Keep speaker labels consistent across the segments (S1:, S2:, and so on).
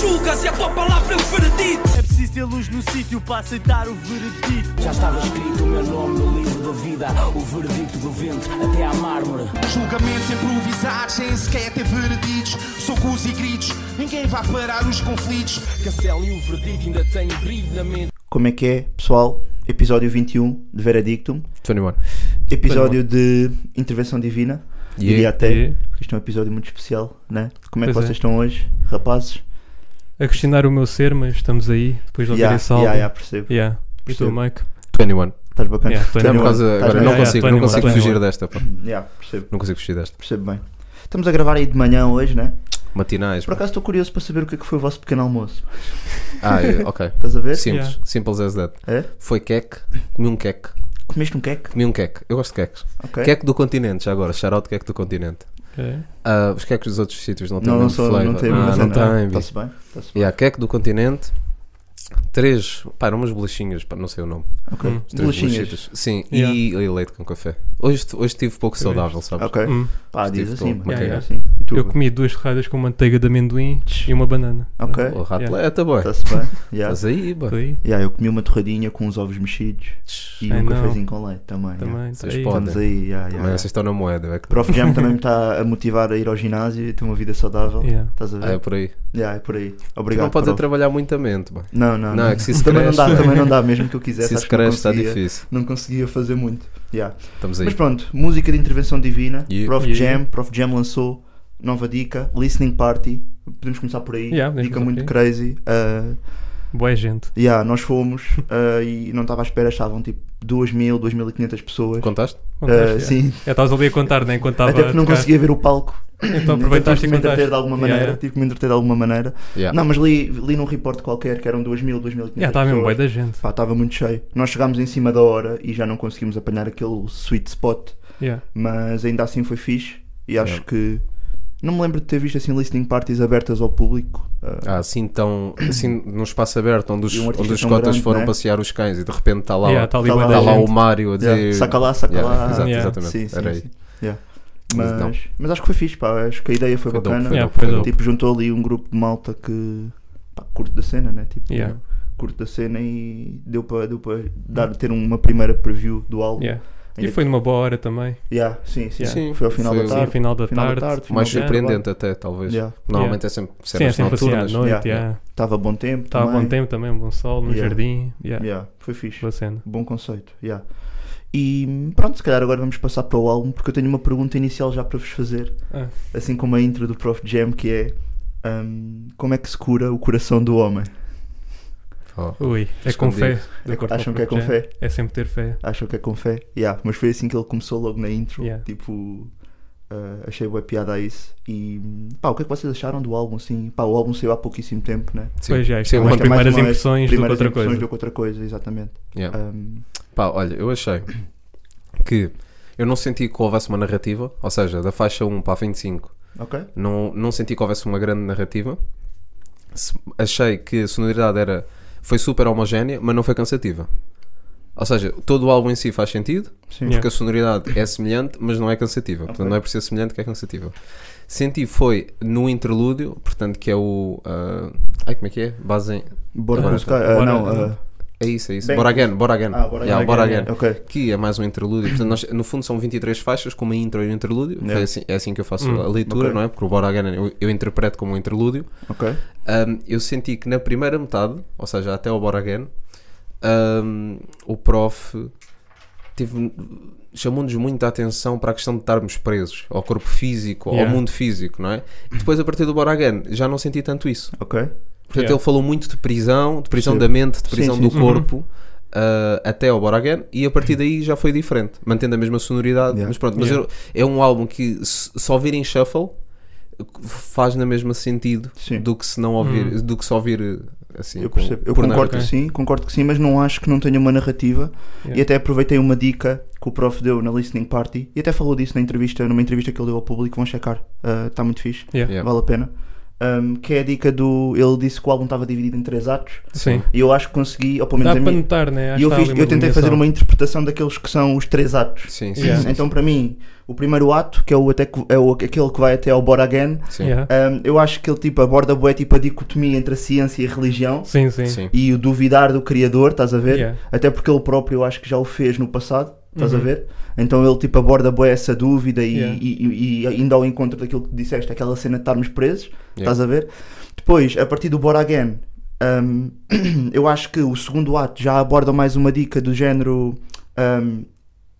S1: julgas e a tua palavra é o veredito.
S2: É preciso ter luz no sítio para aceitar o veredito.
S3: Já estava escrito o meu nome no livro da vida, o veredito do vento até à mármore.
S4: Julgamentos improvisados, sem sequer ter vereditos. Socos e gritos, ninguém vai parar os conflitos.
S5: Castelo e o veredito ainda têm brilho na mente.
S6: Como é que é, pessoal? Episódio 21 de Veredictum.
S7: 21.
S6: Episódio
S7: é.
S6: de Intervenção Divina. Diria até. Porque isto é um episódio muito especial, né? Como é que
S7: Pois é.
S6: vocês estão hoje, rapazes?
S8: a questionar o meu ser, mas estamos aí, depois de ouvir
S6: Yeah,
S8: esse álbum.
S6: yeah,
S8: Yeah,
S6: yeah, percebo.
S8: Eu sou o Mike.
S7: 21.
S6: Estás bacana? um-
S8: Yeah, tô
S7: É por
S8: animado.
S7: causa.
S6: Estás
S7: Agora,
S6: bem?
S7: não
S8: Yeah,
S7: consigo,
S8: yeah, 21,
S7: não consigo
S8: 21.
S7: fugir desta, pá.
S6: Yeah, percebo,
S7: Não consigo fugir desta.
S6: percebo bem. Estamos a gravar aí de manhã hoje, né?
S7: Matinais.
S6: Por
S7: pá.
S6: acaso estou curioso para saber o que é que foi o vosso pequeno almoço.
S7: Ah, é, ok.
S6: Estás a ver?
S7: Simples.
S8: Yeah.
S7: Simples as that.
S6: É?
S7: Foi queque, comi um queque.
S6: Comeste um queque?
S7: Comi um queque. Eu gosto de queques.
S6: Ok.
S7: Queque do continente, já agora. Shoutout queque do continente.
S8: Ok.
S7: Ah, os queques dos outros sítios não têm
S6: Não, não
S7: muito
S6: sou,
S7: flavor.
S6: não tem
S7: ah,
S6: mas
S7: não
S6: é,
S7: tem, bicho.
S6: Está-se bem, está-se bem.
S7: Yeah, queque do continente. Três, pá, eram umas bolachinhas, pá, não sei o nome.
S6: Ok.
S8: Hum.
S7: As três
S6: Bolachinhas.
S7: bolachitas. Sim,
S8: Yeah.
S7: e, e leite com café. Hoje, hoje estive pouco
S8: Também.
S7: saudável, sabes?
S6: Ok.
S8: Hum.
S6: Pá, diz
S7: Estive
S6: assim,
S7: todo
S6: mano.
S8: maquiado.
S6: Assim. E tu?
S8: Eu comi duas torradas com manteiga de amendoim e uma banana.
S6: Ok.
S7: O rato
S8: Yeah.
S7: é, tá bom.
S6: Está-se bem. Yeah.
S7: Estás aí, bá.
S8: Foi aí.
S6: Yeah, eu comi uma torradinha com uns ovos mexidos e
S8: Ai,
S6: um
S8: não.
S6: cafezinho com leite também. yeah.
S8: Também. tá
S7: Vocês
S8: aí.
S7: podem.
S6: Estamos aí, yeah,
S7: Também
S6: yeah.
S7: vocês estão na moeda, é que
S6: Prof Jam também me está a motivar a ir ao ginásio e ter uma vida saudável.
S8: Yeah.
S6: Estás a
S7: Ah, é
S6: ver?
S7: por aí.
S6: Yeah, é por aí.
S7: Tu
S6: Obrigado.
S7: não podes é
S6: prof.
S7: trabalhar muito a mente, bá.
S6: Não, não,
S7: Não,
S6: não.
S7: é que se isso
S6: também não dá,
S7: cresce-
S6: também não dá, mesmo que eu quisesse.
S7: Se
S6: acho
S7: isso
S6: que não
S7: cresce, está
S6: conseguia,
S7: difícil.
S6: não conseguia fazer muito. Yeah.
S7: Estamos aí.
S6: Mas pronto, música de intervenção divina,
S7: Yeah.
S6: Prof
S8: Yeah.
S6: Jam, Prof Jam lançou nova dica, Listening Party. Podemos começar por aí.
S8: Yeah, podemos
S6: dica
S8: começar
S6: muito
S8: por
S6: crazy. ah,
S8: Boa gente.
S6: yeah, nós fomos ah, e não estava à espera, estavam tipo 2.000, 2.500 pessoas.
S7: Contaste?
S6: Ah,
S8: Contaste, já.
S6: sim,
S8: Já estavas ali a contar, né? Enquanto estava
S6: até
S8: a
S6: porque não
S8: tocar.
S6: conseguia ver o palco.
S8: Então
S6: tive
S8: aproveitaste
S6: que
S8: e contaste.
S6: me entreter de alguma maneira.
S8: Yeah, yeah.
S6: Tive que me entreter de alguma maneira.
S7: Yeah.
S6: Não, mas li, li num report qualquer que eram 2.000, 2.500
S8: Já estava tá mesmo
S6: pessoas.
S8: boa da gente.
S6: Pá, estava muito cheio. Nós chegámos em cima da hora e já não conseguimos apanhar aquele sweet spot,
S8: Yeah.
S6: mas ainda assim foi fixe e acho
S7: Yeah.
S6: que não me lembro de ter visto assim listening parties abertas ao público. Ah,
S7: Ah, assim tão. Assim, num espaço aberto onde os,
S6: E um artista
S7: onde os
S6: tão
S7: cotas
S6: grande,
S7: foram
S6: né?
S7: passear os cães e de repente está lá,
S8: Yeah, Está ali
S6: Tá
S8: boa
S6: lá
S7: tá
S8: da
S7: lá o
S8: gente.
S7: Mário a dizer.
S6: yeah, Saca lá, saca
S7: Yeah,
S6: lá.
S7: exato,
S8: Yeah.
S7: Exatamente.
S6: Sim, sim,
S7: Era
S6: sim.
S7: aí.
S6: Yeah.
S7: Mas não.
S6: Mas, mas acho que foi fixe, pá. Acho que a ideia foi,
S7: Foi dope,
S6: bacana.
S7: Então, foi
S8: Yeah,
S7: dope, foi
S8: foi
S7: dope.
S6: Tipo, juntou ali um grupo de malta que pá, curte da cena, né? Tipo,
S8: Yeah. Hum.
S6: curte da cena e deu para deu pra dar, ter uma primeira preview do álbum.
S8: Yeah. E
S6: Ainda
S8: foi numa boa hora também.
S6: Yeah, sim, sim,
S8: Yeah.
S7: Sim,
S6: Foi ao final
S7: foi
S6: da
S7: um o-
S8: Sim, um
S6: tarde.
S8: final da
S6: Final da
S8: tarde.
S6: tarde,
S7: Mais
S6: final da
S7: surpreendente até, talvez.
S6: Yeah.
S7: Normalmente é sempre
S8: Sim, é
S7: cenas
S8: sempre assim à
S7: noturnas.
S8: noite.
S6: Yeah.
S8: yeah.
S6: Estava bom tempo.
S8: Estava
S6: também.
S8: bom tempo também, um bom sol, no
S6: Yeah.
S8: jardim. Yeah.
S6: Yeah, foi fixe.
S8: Boa cena.
S6: Bom conceito. Yeah. E pronto, se calhar agora vamos passar para o álbum, porque eu tenho uma pergunta inicial já para vos fazer,
S8: Ah.
S6: assim como a intro do Prof Jam, que é hum, como é que se cura o coração do homem?
S7: Oh.
S8: Ui, é com fé.
S7: Escondido.
S8: De acordo
S6: Acham
S8: o
S6: que é com
S8: Prof. Jam.
S6: fé?
S8: É sempre ter fé.
S6: Acham que é com fé? Yeah, mas foi assim que ele começou logo na intro,
S8: Yeah.
S6: tipo, ah, achei boa piada a isso. E pá, o que é que vocês acharam do álbum, assim? Pá, o álbum saiu há pouquíssimo tempo, né?
S7: Sim.
S8: Pois já, isto
S7: Sim,
S8: é
S7: mas
S8: uma
S6: Acho que é mais
S8: primeiras
S6: uma-
S8: impressões do que
S6: primeiras
S8: outra
S6: impressões
S8: coisa.
S6: do que outra coisa, exatamente.
S7: Yeah.
S6: Hum,
S7: tipo, Pá, olha, eu achei que eu não senti que houvesse uma narrativa, ou seja, da faixa 1 para a 25,
S6: ok?
S7: não, não senti que houvesse uma grande narrativa. Se- Achei que a sonoridade era, foi super homogénea, mas não foi cansativa. Ou seja, todo o álbum em si faz sentido,
S6: Sim.
S8: Yeah.
S7: porque a sonoridade é semelhante, mas não é cansativa. Portanto, não é por ser semelhante que é cansativa. Senti foi no interlúdio, portanto, que é o. ah, ai, como é que é? Base em-
S6: Bora
S7: Agora
S6: buscar.
S8: tá.
S6: ah,
S8: Bora-
S6: não, ah,
S7: É isso, é isso.
S6: Bem-
S7: Bora again, bora again.
S6: Ah, Bora
S7: Yeah,
S6: Again,
S7: Bora
S8: yeah.
S7: Again.
S6: ok.
S7: que é mais um interlúdio. Portanto, nós, no fundo, são 23 faixas com uma intro e um interlúdio.
S6: Yeah.
S7: Foi assim- é assim que eu faço
S8: Hum,
S7: a leitura,
S6: ok.
S7: não é? Porque o Bora Again eu, eu interpreto como um interlúdio.
S6: Ok.
S7: Ahm, eu senti que na primeira metade, ou seja, até o Bora Again, ahm, o prof teve- chamou-nos muita atenção para a questão de estarmos presos ao corpo físico,
S8: Yeah.
S7: ao mundo físico, não é? E depois, a partir do Bora Again, já não senti tanto isso.
S6: Ok.
S7: Portanto,
S8: Yeah.
S7: ele falou muito de prisão, de prisão
S6: Sim.
S7: da mente, de prisão
S6: sim,
S7: do
S6: sim. Uhum.
S7: corpo, ah, até ao Bora Again, e a partir daí já foi diferente, mantendo a mesma sonoridade.
S6: Yeah.
S7: Mas pronto, mas
S8: Yeah.
S7: eu- é um álbum que se só ouvir em shuffle faz na mesma sentido
S6: Sim.
S7: do que se não ouvir,
S8: Hum.
S7: do que se ouvir eh, assim.
S6: Eu
S7: com-
S6: percebo. Eu
S7: por
S6: concordo
S7: nada.
S6: que sim, concordo que sim, mas não acho que não tenha uma narrativa.
S8: Yeah.
S6: E até aproveitei uma dica que o prof deu na listening party e até falou disso na entrevista, numa entrevista que ele deu ao público, vão checar. Está Ah, tá muito fixe,
S8: Yeah.
S7: Yeah.
S6: vale a pena. um, que é a dica do. Ele disse que o álbum estava dividido em três atos
S8: Sim.
S6: e eu acho que consegui, ou pelo
S8: Dá
S6: menos a
S8: para
S6: mim.
S8: notar, né? Acho
S6: E eu,
S8: que há
S6: fiz-
S8: ali
S6: eu tentei fazer
S8: ligação.
S6: uma interpretação daqueles que são os três atos.
S7: Sim, sim.
S8: Yeah.
S7: sim,
S6: Então, para mim, o primeiro ato, que é, o até que- é o, aquele que vai até ao Bora Again,
S7: sim.
S8: Yeah.
S6: um, eu acho que ele tipo, aborda bué, tipo, a dicotomia entre a ciência e a religião
S8: Sim, sim.
S7: Sim.
S6: e o duvidar do Criador, estás a ver?
S8: Yeah.
S6: Até porque ele próprio eu acho que já o fez no passado, estás a
S8: Uhum.
S6: ver? Então ele tipo aborda bué essa dúvida e,
S8: Yeah.
S6: e, e ainda ao encontro daquilo que tu disseste, aquela cena de estarmos presos,
S7: Yeah.
S6: estás a ver? Depois, a partir do Bora Again, hum, eu acho que o segundo ato já aborda mais uma dica do género. hum,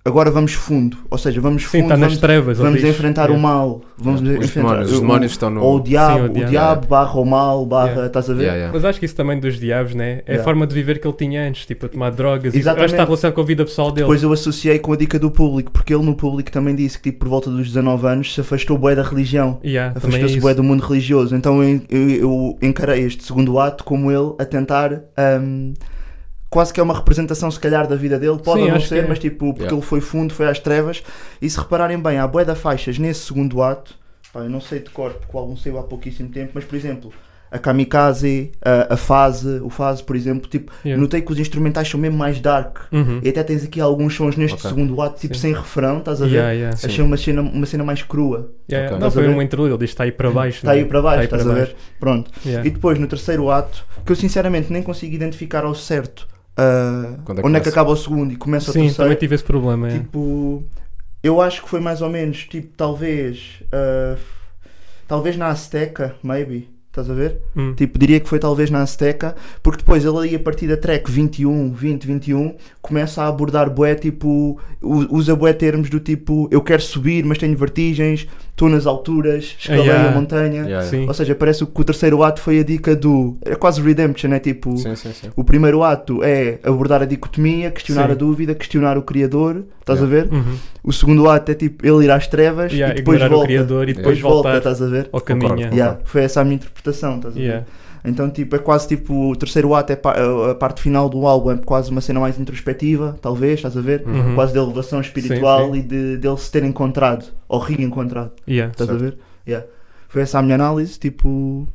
S6: agora vamos fundo, ou seja, vamos
S8: Sim,
S6: fundo,
S8: está nas
S6: vamos,
S8: trevas. ele
S6: vamos
S8: diz.
S6: enfrentar o
S8: Yeah.
S6: mal, vamos
S7: Os
S6: enfrentar
S7: demónios, os
S6: o-
S7: demónios estão no.
S6: ou o diabo,
S8: Sim, o
S6: o diabo,
S8: diabo. é.
S6: barra o mal, barra,
S8: Yeah.
S6: estás a ver?
S7: Yeah, yeah.
S8: Mas acho que isso também dos diabos, né? É
S6: Yeah.
S8: a forma de viver que ele tinha antes, tipo, a tomar drogas. E eu acho
S6: Exatamente.
S8: que está relacionado com a vida pessoal dele.
S6: Depois eu associei com a dica do público, porque ele no público também disse que tipo, por volta dos 19 anos se afastou bué da religião,
S8: yeah, também é
S6: afastou-se
S8: isso.
S6: bué do mundo religioso. Então eu, eu- eu encarei este segundo ato como ele a tentar. hum, Quase que é uma representação, se calhar, da vida dele, pode
S8: Sim,
S6: ou não
S8: acho que
S6: ser,
S8: é.
S6: mas tipo, porque
S7: Yeah.
S6: ele foi fundo, foi às trevas. E se repararem bem, há bué da faixas nesse segundo ato, pá, eu não sei de cor, porque o álbum saiu há pouquíssimo tempo, mas por exemplo, a Kamikaze, a, a Fase, o Fase, por exemplo, tipo,
S8: Yeah.
S6: notei que os instrumentais são mesmo mais dark.
S8: Uhum.
S6: E até tens aqui alguns sons neste
S7: Ok.
S6: segundo ato, tipo
S8: Sim.
S6: sem refrão, estás a ver?
S8: Yeah, yeah.
S7: Sim.
S6: Achei uma cena, uma cena mais crua.
S8: Yeah,
S7: Ok.
S8: Não,
S6: Estás a
S8: foi
S6: ver?
S8: um interlude, ele diz está aí para baixo.
S6: Está aí para baixo, estás a ver?
S8: baixo. É.
S6: Pronto.
S8: Yeah.
S6: E depois no terceiro ato, que eu sinceramente nem consigo identificar ao certo ah,
S7: Quando é que
S6: onde é que
S7: começa?
S6: acaba o segundo e começa o
S8: Sim,
S6: terceiro.
S8: também tive esse problema. é.
S6: Tipo, eu acho que foi mais ou menos, tipo, talvez. ah, talvez na Azteca, maybe. Estás a ver?
S8: Hum.
S6: Tipo, diria que foi talvez na Azteca, porque depois ele aí a partir da track 21, 20, 21, começa a abordar bué, tipo, u- usa bué termos do tipo, eu quero subir, mas tenho vertigens, estou nas alturas, escalei
S8: Yeah.
S6: a montanha.
S7: Yeah, yeah.
S8: Sim.
S6: Ou seja, parece que o terceiro ato foi a dica do. É quase Redemption, é tipo.
S7: Sim, sim, sim.
S6: O primeiro ato é abordar a dicotomia, questionar
S8: Sim.
S6: a dúvida, questionar o criador, estás a ver?
S8: Uhum.
S6: O segundo ato é tipo ele ir às trevas
S8: Yeah,
S6: e depois
S8: ignorar
S6: volta.
S8: o criador e depois
S6: depois volta,
S8: voltar
S6: estás a ver?
S8: ao caminho.
S7: Concordo.
S6: Yeah, foi essa a minha interpretação, estás a ver?
S8: Yeah.
S6: Então, tipo, é quase tipo o terceiro ato, é pa- a parte final do álbum, é quase uma cena mais introspectiva, talvez, estás a ver?
S8: Uhum.
S6: Quase de elevação espiritual
S8: Sim, sim.
S6: e de, dele se ter encontrado, ou reencontrado,
S8: Yeah.
S6: estás
S7: Certo.
S6: a ver? Yeah. Foi essa a minha análise, tipo,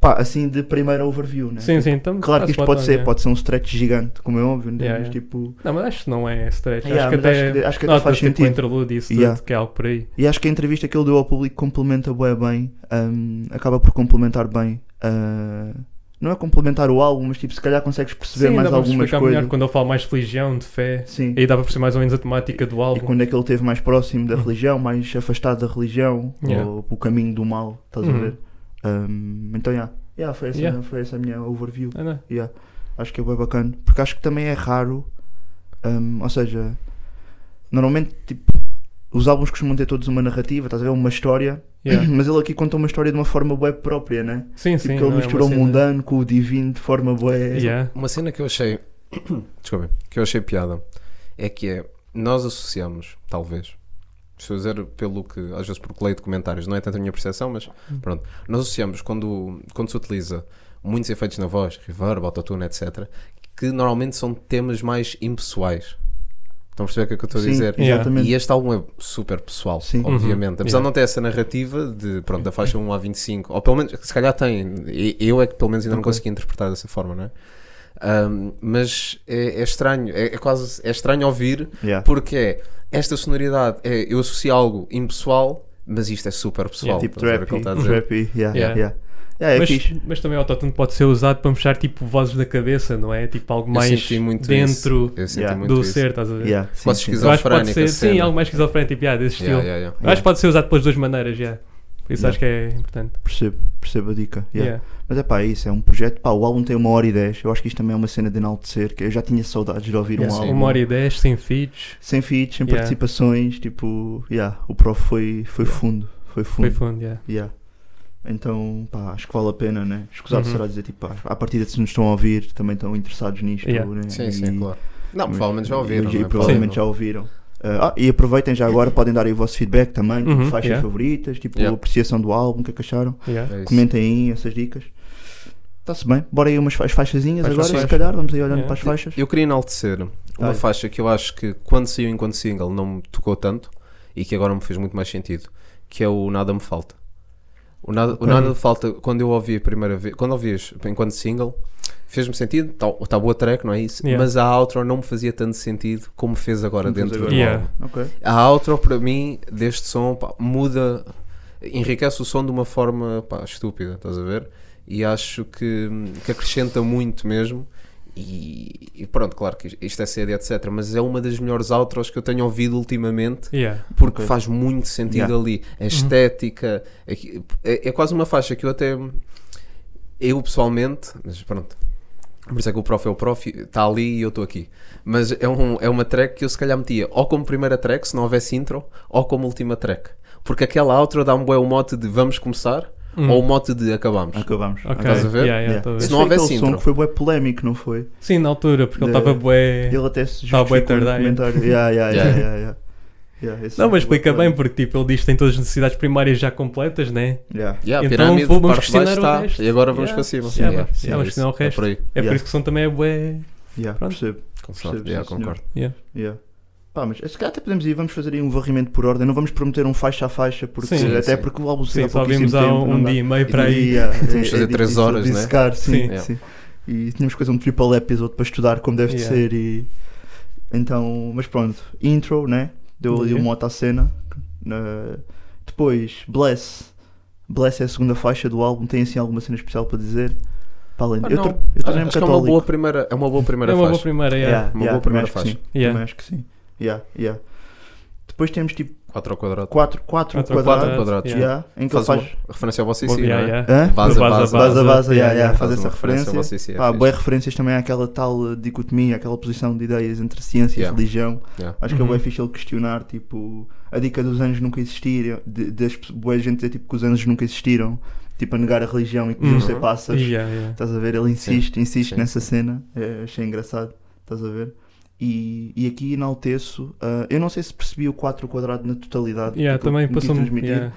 S6: pá, assim de primeira overview, né?
S8: Sim, sim, então.
S6: Claro
S8: está-se
S6: que isto pode
S8: botando,
S6: ser,
S8: yeah.
S6: pode ser um stretch gigante, como é óbvio, né?
S8: Yeah,
S6: mas
S8: yeah.
S6: tipo.
S8: Não, mas acho que não é stretch.
S6: Yeah,
S8: acho que
S6: mas
S8: até.
S6: acho que- acho que até
S8: notas,
S6: faz
S8: tipo,
S6: sentido.
S8: um interlude e isso
S6: Yeah.
S8: tudo, que é algo por aí.
S6: E acho que a entrevista que ele deu ao público complementa bué bem, hum, acaba por complementar bem. ah, não é complementar o álbum, mas tipo, se calhar consegues perceber
S8: Sim, dá
S6: mais
S8: para
S6: algumas
S8: explicar
S6: coisas.
S8: melhor quando ele fala mais de religião, de fé.
S6: Sim.
S8: Aí dá para perceber mais ou menos a temática do
S6: E
S8: álbum.
S6: quando é que ele esteve mais próximo da
S8: Uhum.
S6: religião, mais afastado da religião,
S8: Yeah.
S6: ou o caminho do mal, estás a
S8: Uhum.
S6: ver? Hum, então, yeah. Yeah, foi, essa,
S8: Yeah.
S6: foi essa a minha overview.
S8: Ah, não.
S6: Yeah. Acho que é bem bacana. Porque acho que também é raro. hum, ou seja, normalmente tipo, os álbuns costumam ter todos uma narrativa, estás a ver? Uma história.
S8: Yeah.
S6: Mas ele aqui conta uma história de uma forma bué própria, né?
S8: Sim, sim.
S6: Tipo que ele
S8: não é uma
S6: misturou o
S8: cena-
S6: mundano com o divino de forma bué.
S8: Yeah.
S7: Uma cena que eu achei. Desculpem. Que eu achei piada. É que é. Nós associamos, talvez. Estou a dizer pelo que. Às vezes porque leio de comentários. Não é tanto a minha percepção, mas. Pronto. Nós associamos quando, quando se utiliza muitos efeitos na voz, reverb, autotune, etc. Que normalmente são temas mais impessoais. Estão a perceber o que é que eu estou
S6: Sim,
S7: a dizer?
S6: exatamente.
S7: E este álbum é super pessoal,
S6: Sim.
S7: obviamente. Apesar
S8: Yeah.
S7: de não ter essa narrativa de, pronto, da faixa 1 a 25, ou pelo menos, se calhar tem, E- eu é que pelo menos ainda não consegui interpretar dessa forma, não é? Ahm, mas é, é estranho, é, é quase é estranho ouvir,
S6: Yeah.
S7: porque é esta sonoridade, é, eu associo algo impessoal, mas isto é super pessoal.
S6: Tipo
S7: estás a ver o que
S6: trappy.
S7: ele está a dizer?
S6: Trappy. Yeah,
S8: Yeah.
S6: yeah. yeah. Yeah, é
S8: mas,
S6: fixe.
S8: mas também o autotune pode ser usado para mexer tipo vozes da cabeça, não é? Tipo algo
S7: Eu
S8: mais
S7: senti muito
S8: dentro
S7: isso. Eu senti
S6: Yeah.
S7: muito
S8: do
S7: isso.
S8: ser, estás a ver?
S6: Yeah, sim,
S7: Quase
S6: sim.
S7: esquizo-
S8: Eu acho que pode
S7: Esquizofrénica
S8: ser, sim,
S7: cena.
S8: algo mais esquizofrénico, tipo, yeah, desse estilo.
S7: assim? Yeah, yeah, yeah.
S8: Eu Acho que pode ser usado pelas duas maneiras, yeah. Por isso
S6: Yeah.
S8: acho que é importante.
S6: Percebo, percebo a dica. Yeah.
S8: Yeah.
S6: Mas é pá, é isso é um projeto. Pá, o álbum tem uma hora e dez. Eu acho que isto também é uma cena de enaltecer. Que eu já tinha saudades de ouvir
S8: Yeah.
S6: um álbum.
S8: Uma hora e dez, sem feeds,
S6: Sem feats, sem
S8: Yeah.
S6: participações. Tipo, yeah, o prof foi, foi fundo. Foi
S8: foi
S6: fundo.
S8: fundo, yeah.
S6: Yeah. Então, pá, acho que vale a pena, né? Escusado
S8: Uhum.
S6: será dizer, tipo, pá, à partida se nos estão a ouvir, também estão interessados nisto,
S8: Yeah.
S6: né?
S7: Sim,
S6: E-
S7: sim, claro. Não,
S6: e-
S7: provavelmente já ouviram.
S6: E,
S7: não é?
S6: provavelmente já ouviram. Ah, ah, e aproveitem já agora, podem dar aí o vosso feedback também, tipo,
S8: Uhum,
S6: faixas
S8: yeah.
S6: favoritas, tipo,
S7: Yeah.
S6: apreciação do álbum, o que é que acharam?
S8: yeah.
S7: É isso.
S6: Comentem aí essas dicas. Está-se bem, bora aí umas fa- as faixazinhas
S8: Faz
S6: agora,
S8: faixas.
S6: se calhar, vamos aí olhando
S8: Yeah.
S6: para as faixas.
S7: Eu queria enaltecer uma
S6: Ai.
S7: faixa que eu acho que quando saiu enquanto single não me tocou tanto e que agora me fez muito mais sentido, que é o Nada Me Falta. O nada, o nada falta, quando eu ouvi a primeira vez, quando ouvias enquanto single, fez-me sentido, está tá boa track, não é isso?
S8: Yeah.
S7: Mas a outro não me fazia tanto sentido como fez agora
S6: Vamos
S7: dentro
S6: agora.
S7: do
S8: Yeah.
S7: álbum.
S6: Ok.
S7: A outro, para mim, deste som, pá, muda, enriquece o som de uma forma pá, estúpida, estás a ver? E acho que, que acrescenta muito mesmo. E, e pronto, claro que isto é CD, etc. Mas é uma das melhores outros que eu tenho ouvido ultimamente
S8: Yeah.
S7: porque
S6: Ok.
S7: faz muito sentido
S6: Yeah.
S7: ali. A
S8: Uhum.
S7: estética aqui- é, é quase uma faixa que eu até eu pessoalmente, mas pronto, por isso é que o prof é o prof, está ali e eu estou aqui. Mas é, um, é uma track que eu se calhar metia ou como primeira track, se não houvesse intro, ou como última track, porque aquela outro dá um bom mote de vamos começar ou o mote de acabamos.
S6: Acabamos.
S8: Ok.
S7: Estás a ver?
S8: Yeah, yeah,
S6: Yeah.
S8: tô a ver.
S7: Se
S6: Esse
S7: não
S6: foi
S7: houvesse
S6: aquele som
S7: intro.
S6: que foi bué polémico, não foi?
S8: Sim, na altura, porque ele
S6: Da-
S8: estava bué.
S6: Ele até se
S8: Tá bué
S6: justificou no
S8: tardaio.
S6: comentário. Yeah, yeah, yeah,
S7: Yeah.
S6: yeah, yeah. Yeah, esse
S8: Não,
S6: som
S8: mas
S6: foi bué
S8: explica bem,
S6: polémico.
S8: porque tipo, ele diz que tem todas as necessidades primárias já completas, né?
S6: Yeah.
S7: Yeah,
S8: Então,
S7: pirâmide,
S8: vou- vamos
S7: parte de baixo
S8: questionar o
S7: está,
S8: resto.
S7: e agora vamos
S8: Yeah.
S7: para cima.
S8: Yeah, vamos-
S7: sim,
S8: yeah, vamos
S7: isso,
S8: questionar o
S7: é
S8: resto.
S7: por aí.
S8: É por
S6: Yeah.
S8: isso que o som também é bué.
S6: Yeah,
S8: Pronto.
S6: percebo.
S7: Concordo,
S6: Percebo,
S7: yeah,
S6: sim, senhor.
S7: concordo.
S6: Yeah. Pá, mas se calhar até podemos ir, vamos fazer aí um varrimento por ordem. Não vamos prometer um faixa a faixa, porque
S8: Sim,
S6: até
S7: sim.
S6: porque o álbum
S8: Sim,
S6: saiu há
S8: só
S6: pouquíssimo
S8: vimos há
S6: tempo, não
S8: um
S6: dá.
S8: dia e meio para aí.
S6: Yeah,
S7: Tínhamos de fazer três
S6: é, difícil
S7: horas, né?
S6: dissecar, sim,
S8: Sim.
S7: Yeah.
S6: sim. E tínhamos coisa um triple episode para estudar como deve de
S8: Yeah.
S6: ser e... Então, mas pronto, intro, né? Deu ali
S8: Yeah.
S6: uma moto à cena. Na- Depois, Bless. Bless é a segunda faixa do álbum, tem assim alguma cena especial para dizer? Para além
S7: Ah,
S6: de- Eu,
S7: não.
S6: tor- eu tornei-me
S7: Acho que é uma
S6: católico.
S7: boa primeira, é uma boa primeira
S8: É uma boa
S7: faixa.
S8: primeira, yeah.
S7: uma boa
S6: também
S7: primeira
S6: acho que
S7: faixa.
S6: sim,
S8: Yeah.
S6: Também acho que sim. Yeah, yeah. Depois temos tipo
S7: Quatro ao quadrado.
S6: 4 quatro,
S8: Quatro
S6: quadrados.
S7: quadrados, quadrados,
S8: yeah.
S6: yeah, Em que ele
S7: Faz uma
S6: faz.
S7: referência ao vosso
S8: Boa-
S7: ICI,
S8: yeah,
S7: não é?
S8: yeah.
S6: Hã?
S7: Vaza, vaza.
S6: Vaza, vaza, yeah, yeah, faz
S7: Faz
S6: essa
S7: uma referência ao
S6: referência.
S7: vosso ICI. é
S6: Pá,
S7: fixe.
S6: boas referências também àquela tal eh, dicotomia, aquela posição de ideias entre ciência
S7: Yeah.
S6: e religião.
S7: Yeah.
S6: Acho que é
S8: Uhum.
S6: bem fixe ele questionar, tipo, a dica dos anjos nunca existirem, de, das pe- boa gente dizer tipo, que os anjos nunca existiram, tipo, a negar a religião e que deviam
S8: Uhum.
S6: ser passas.
S8: Yeah, yeah.
S6: Estás a ver? Ele insiste, insiste
S7: Sim,
S6: nessa cena. É, achei engraçado. Estás a ver? E, e aqui enalteço. ah, eu não sei se percebi o 4 quadrado na totalidade.
S8: Yeah,
S6: tipo,
S8: também
S6: me
S8: passou-me.
S6: transmitir,
S8: yeah.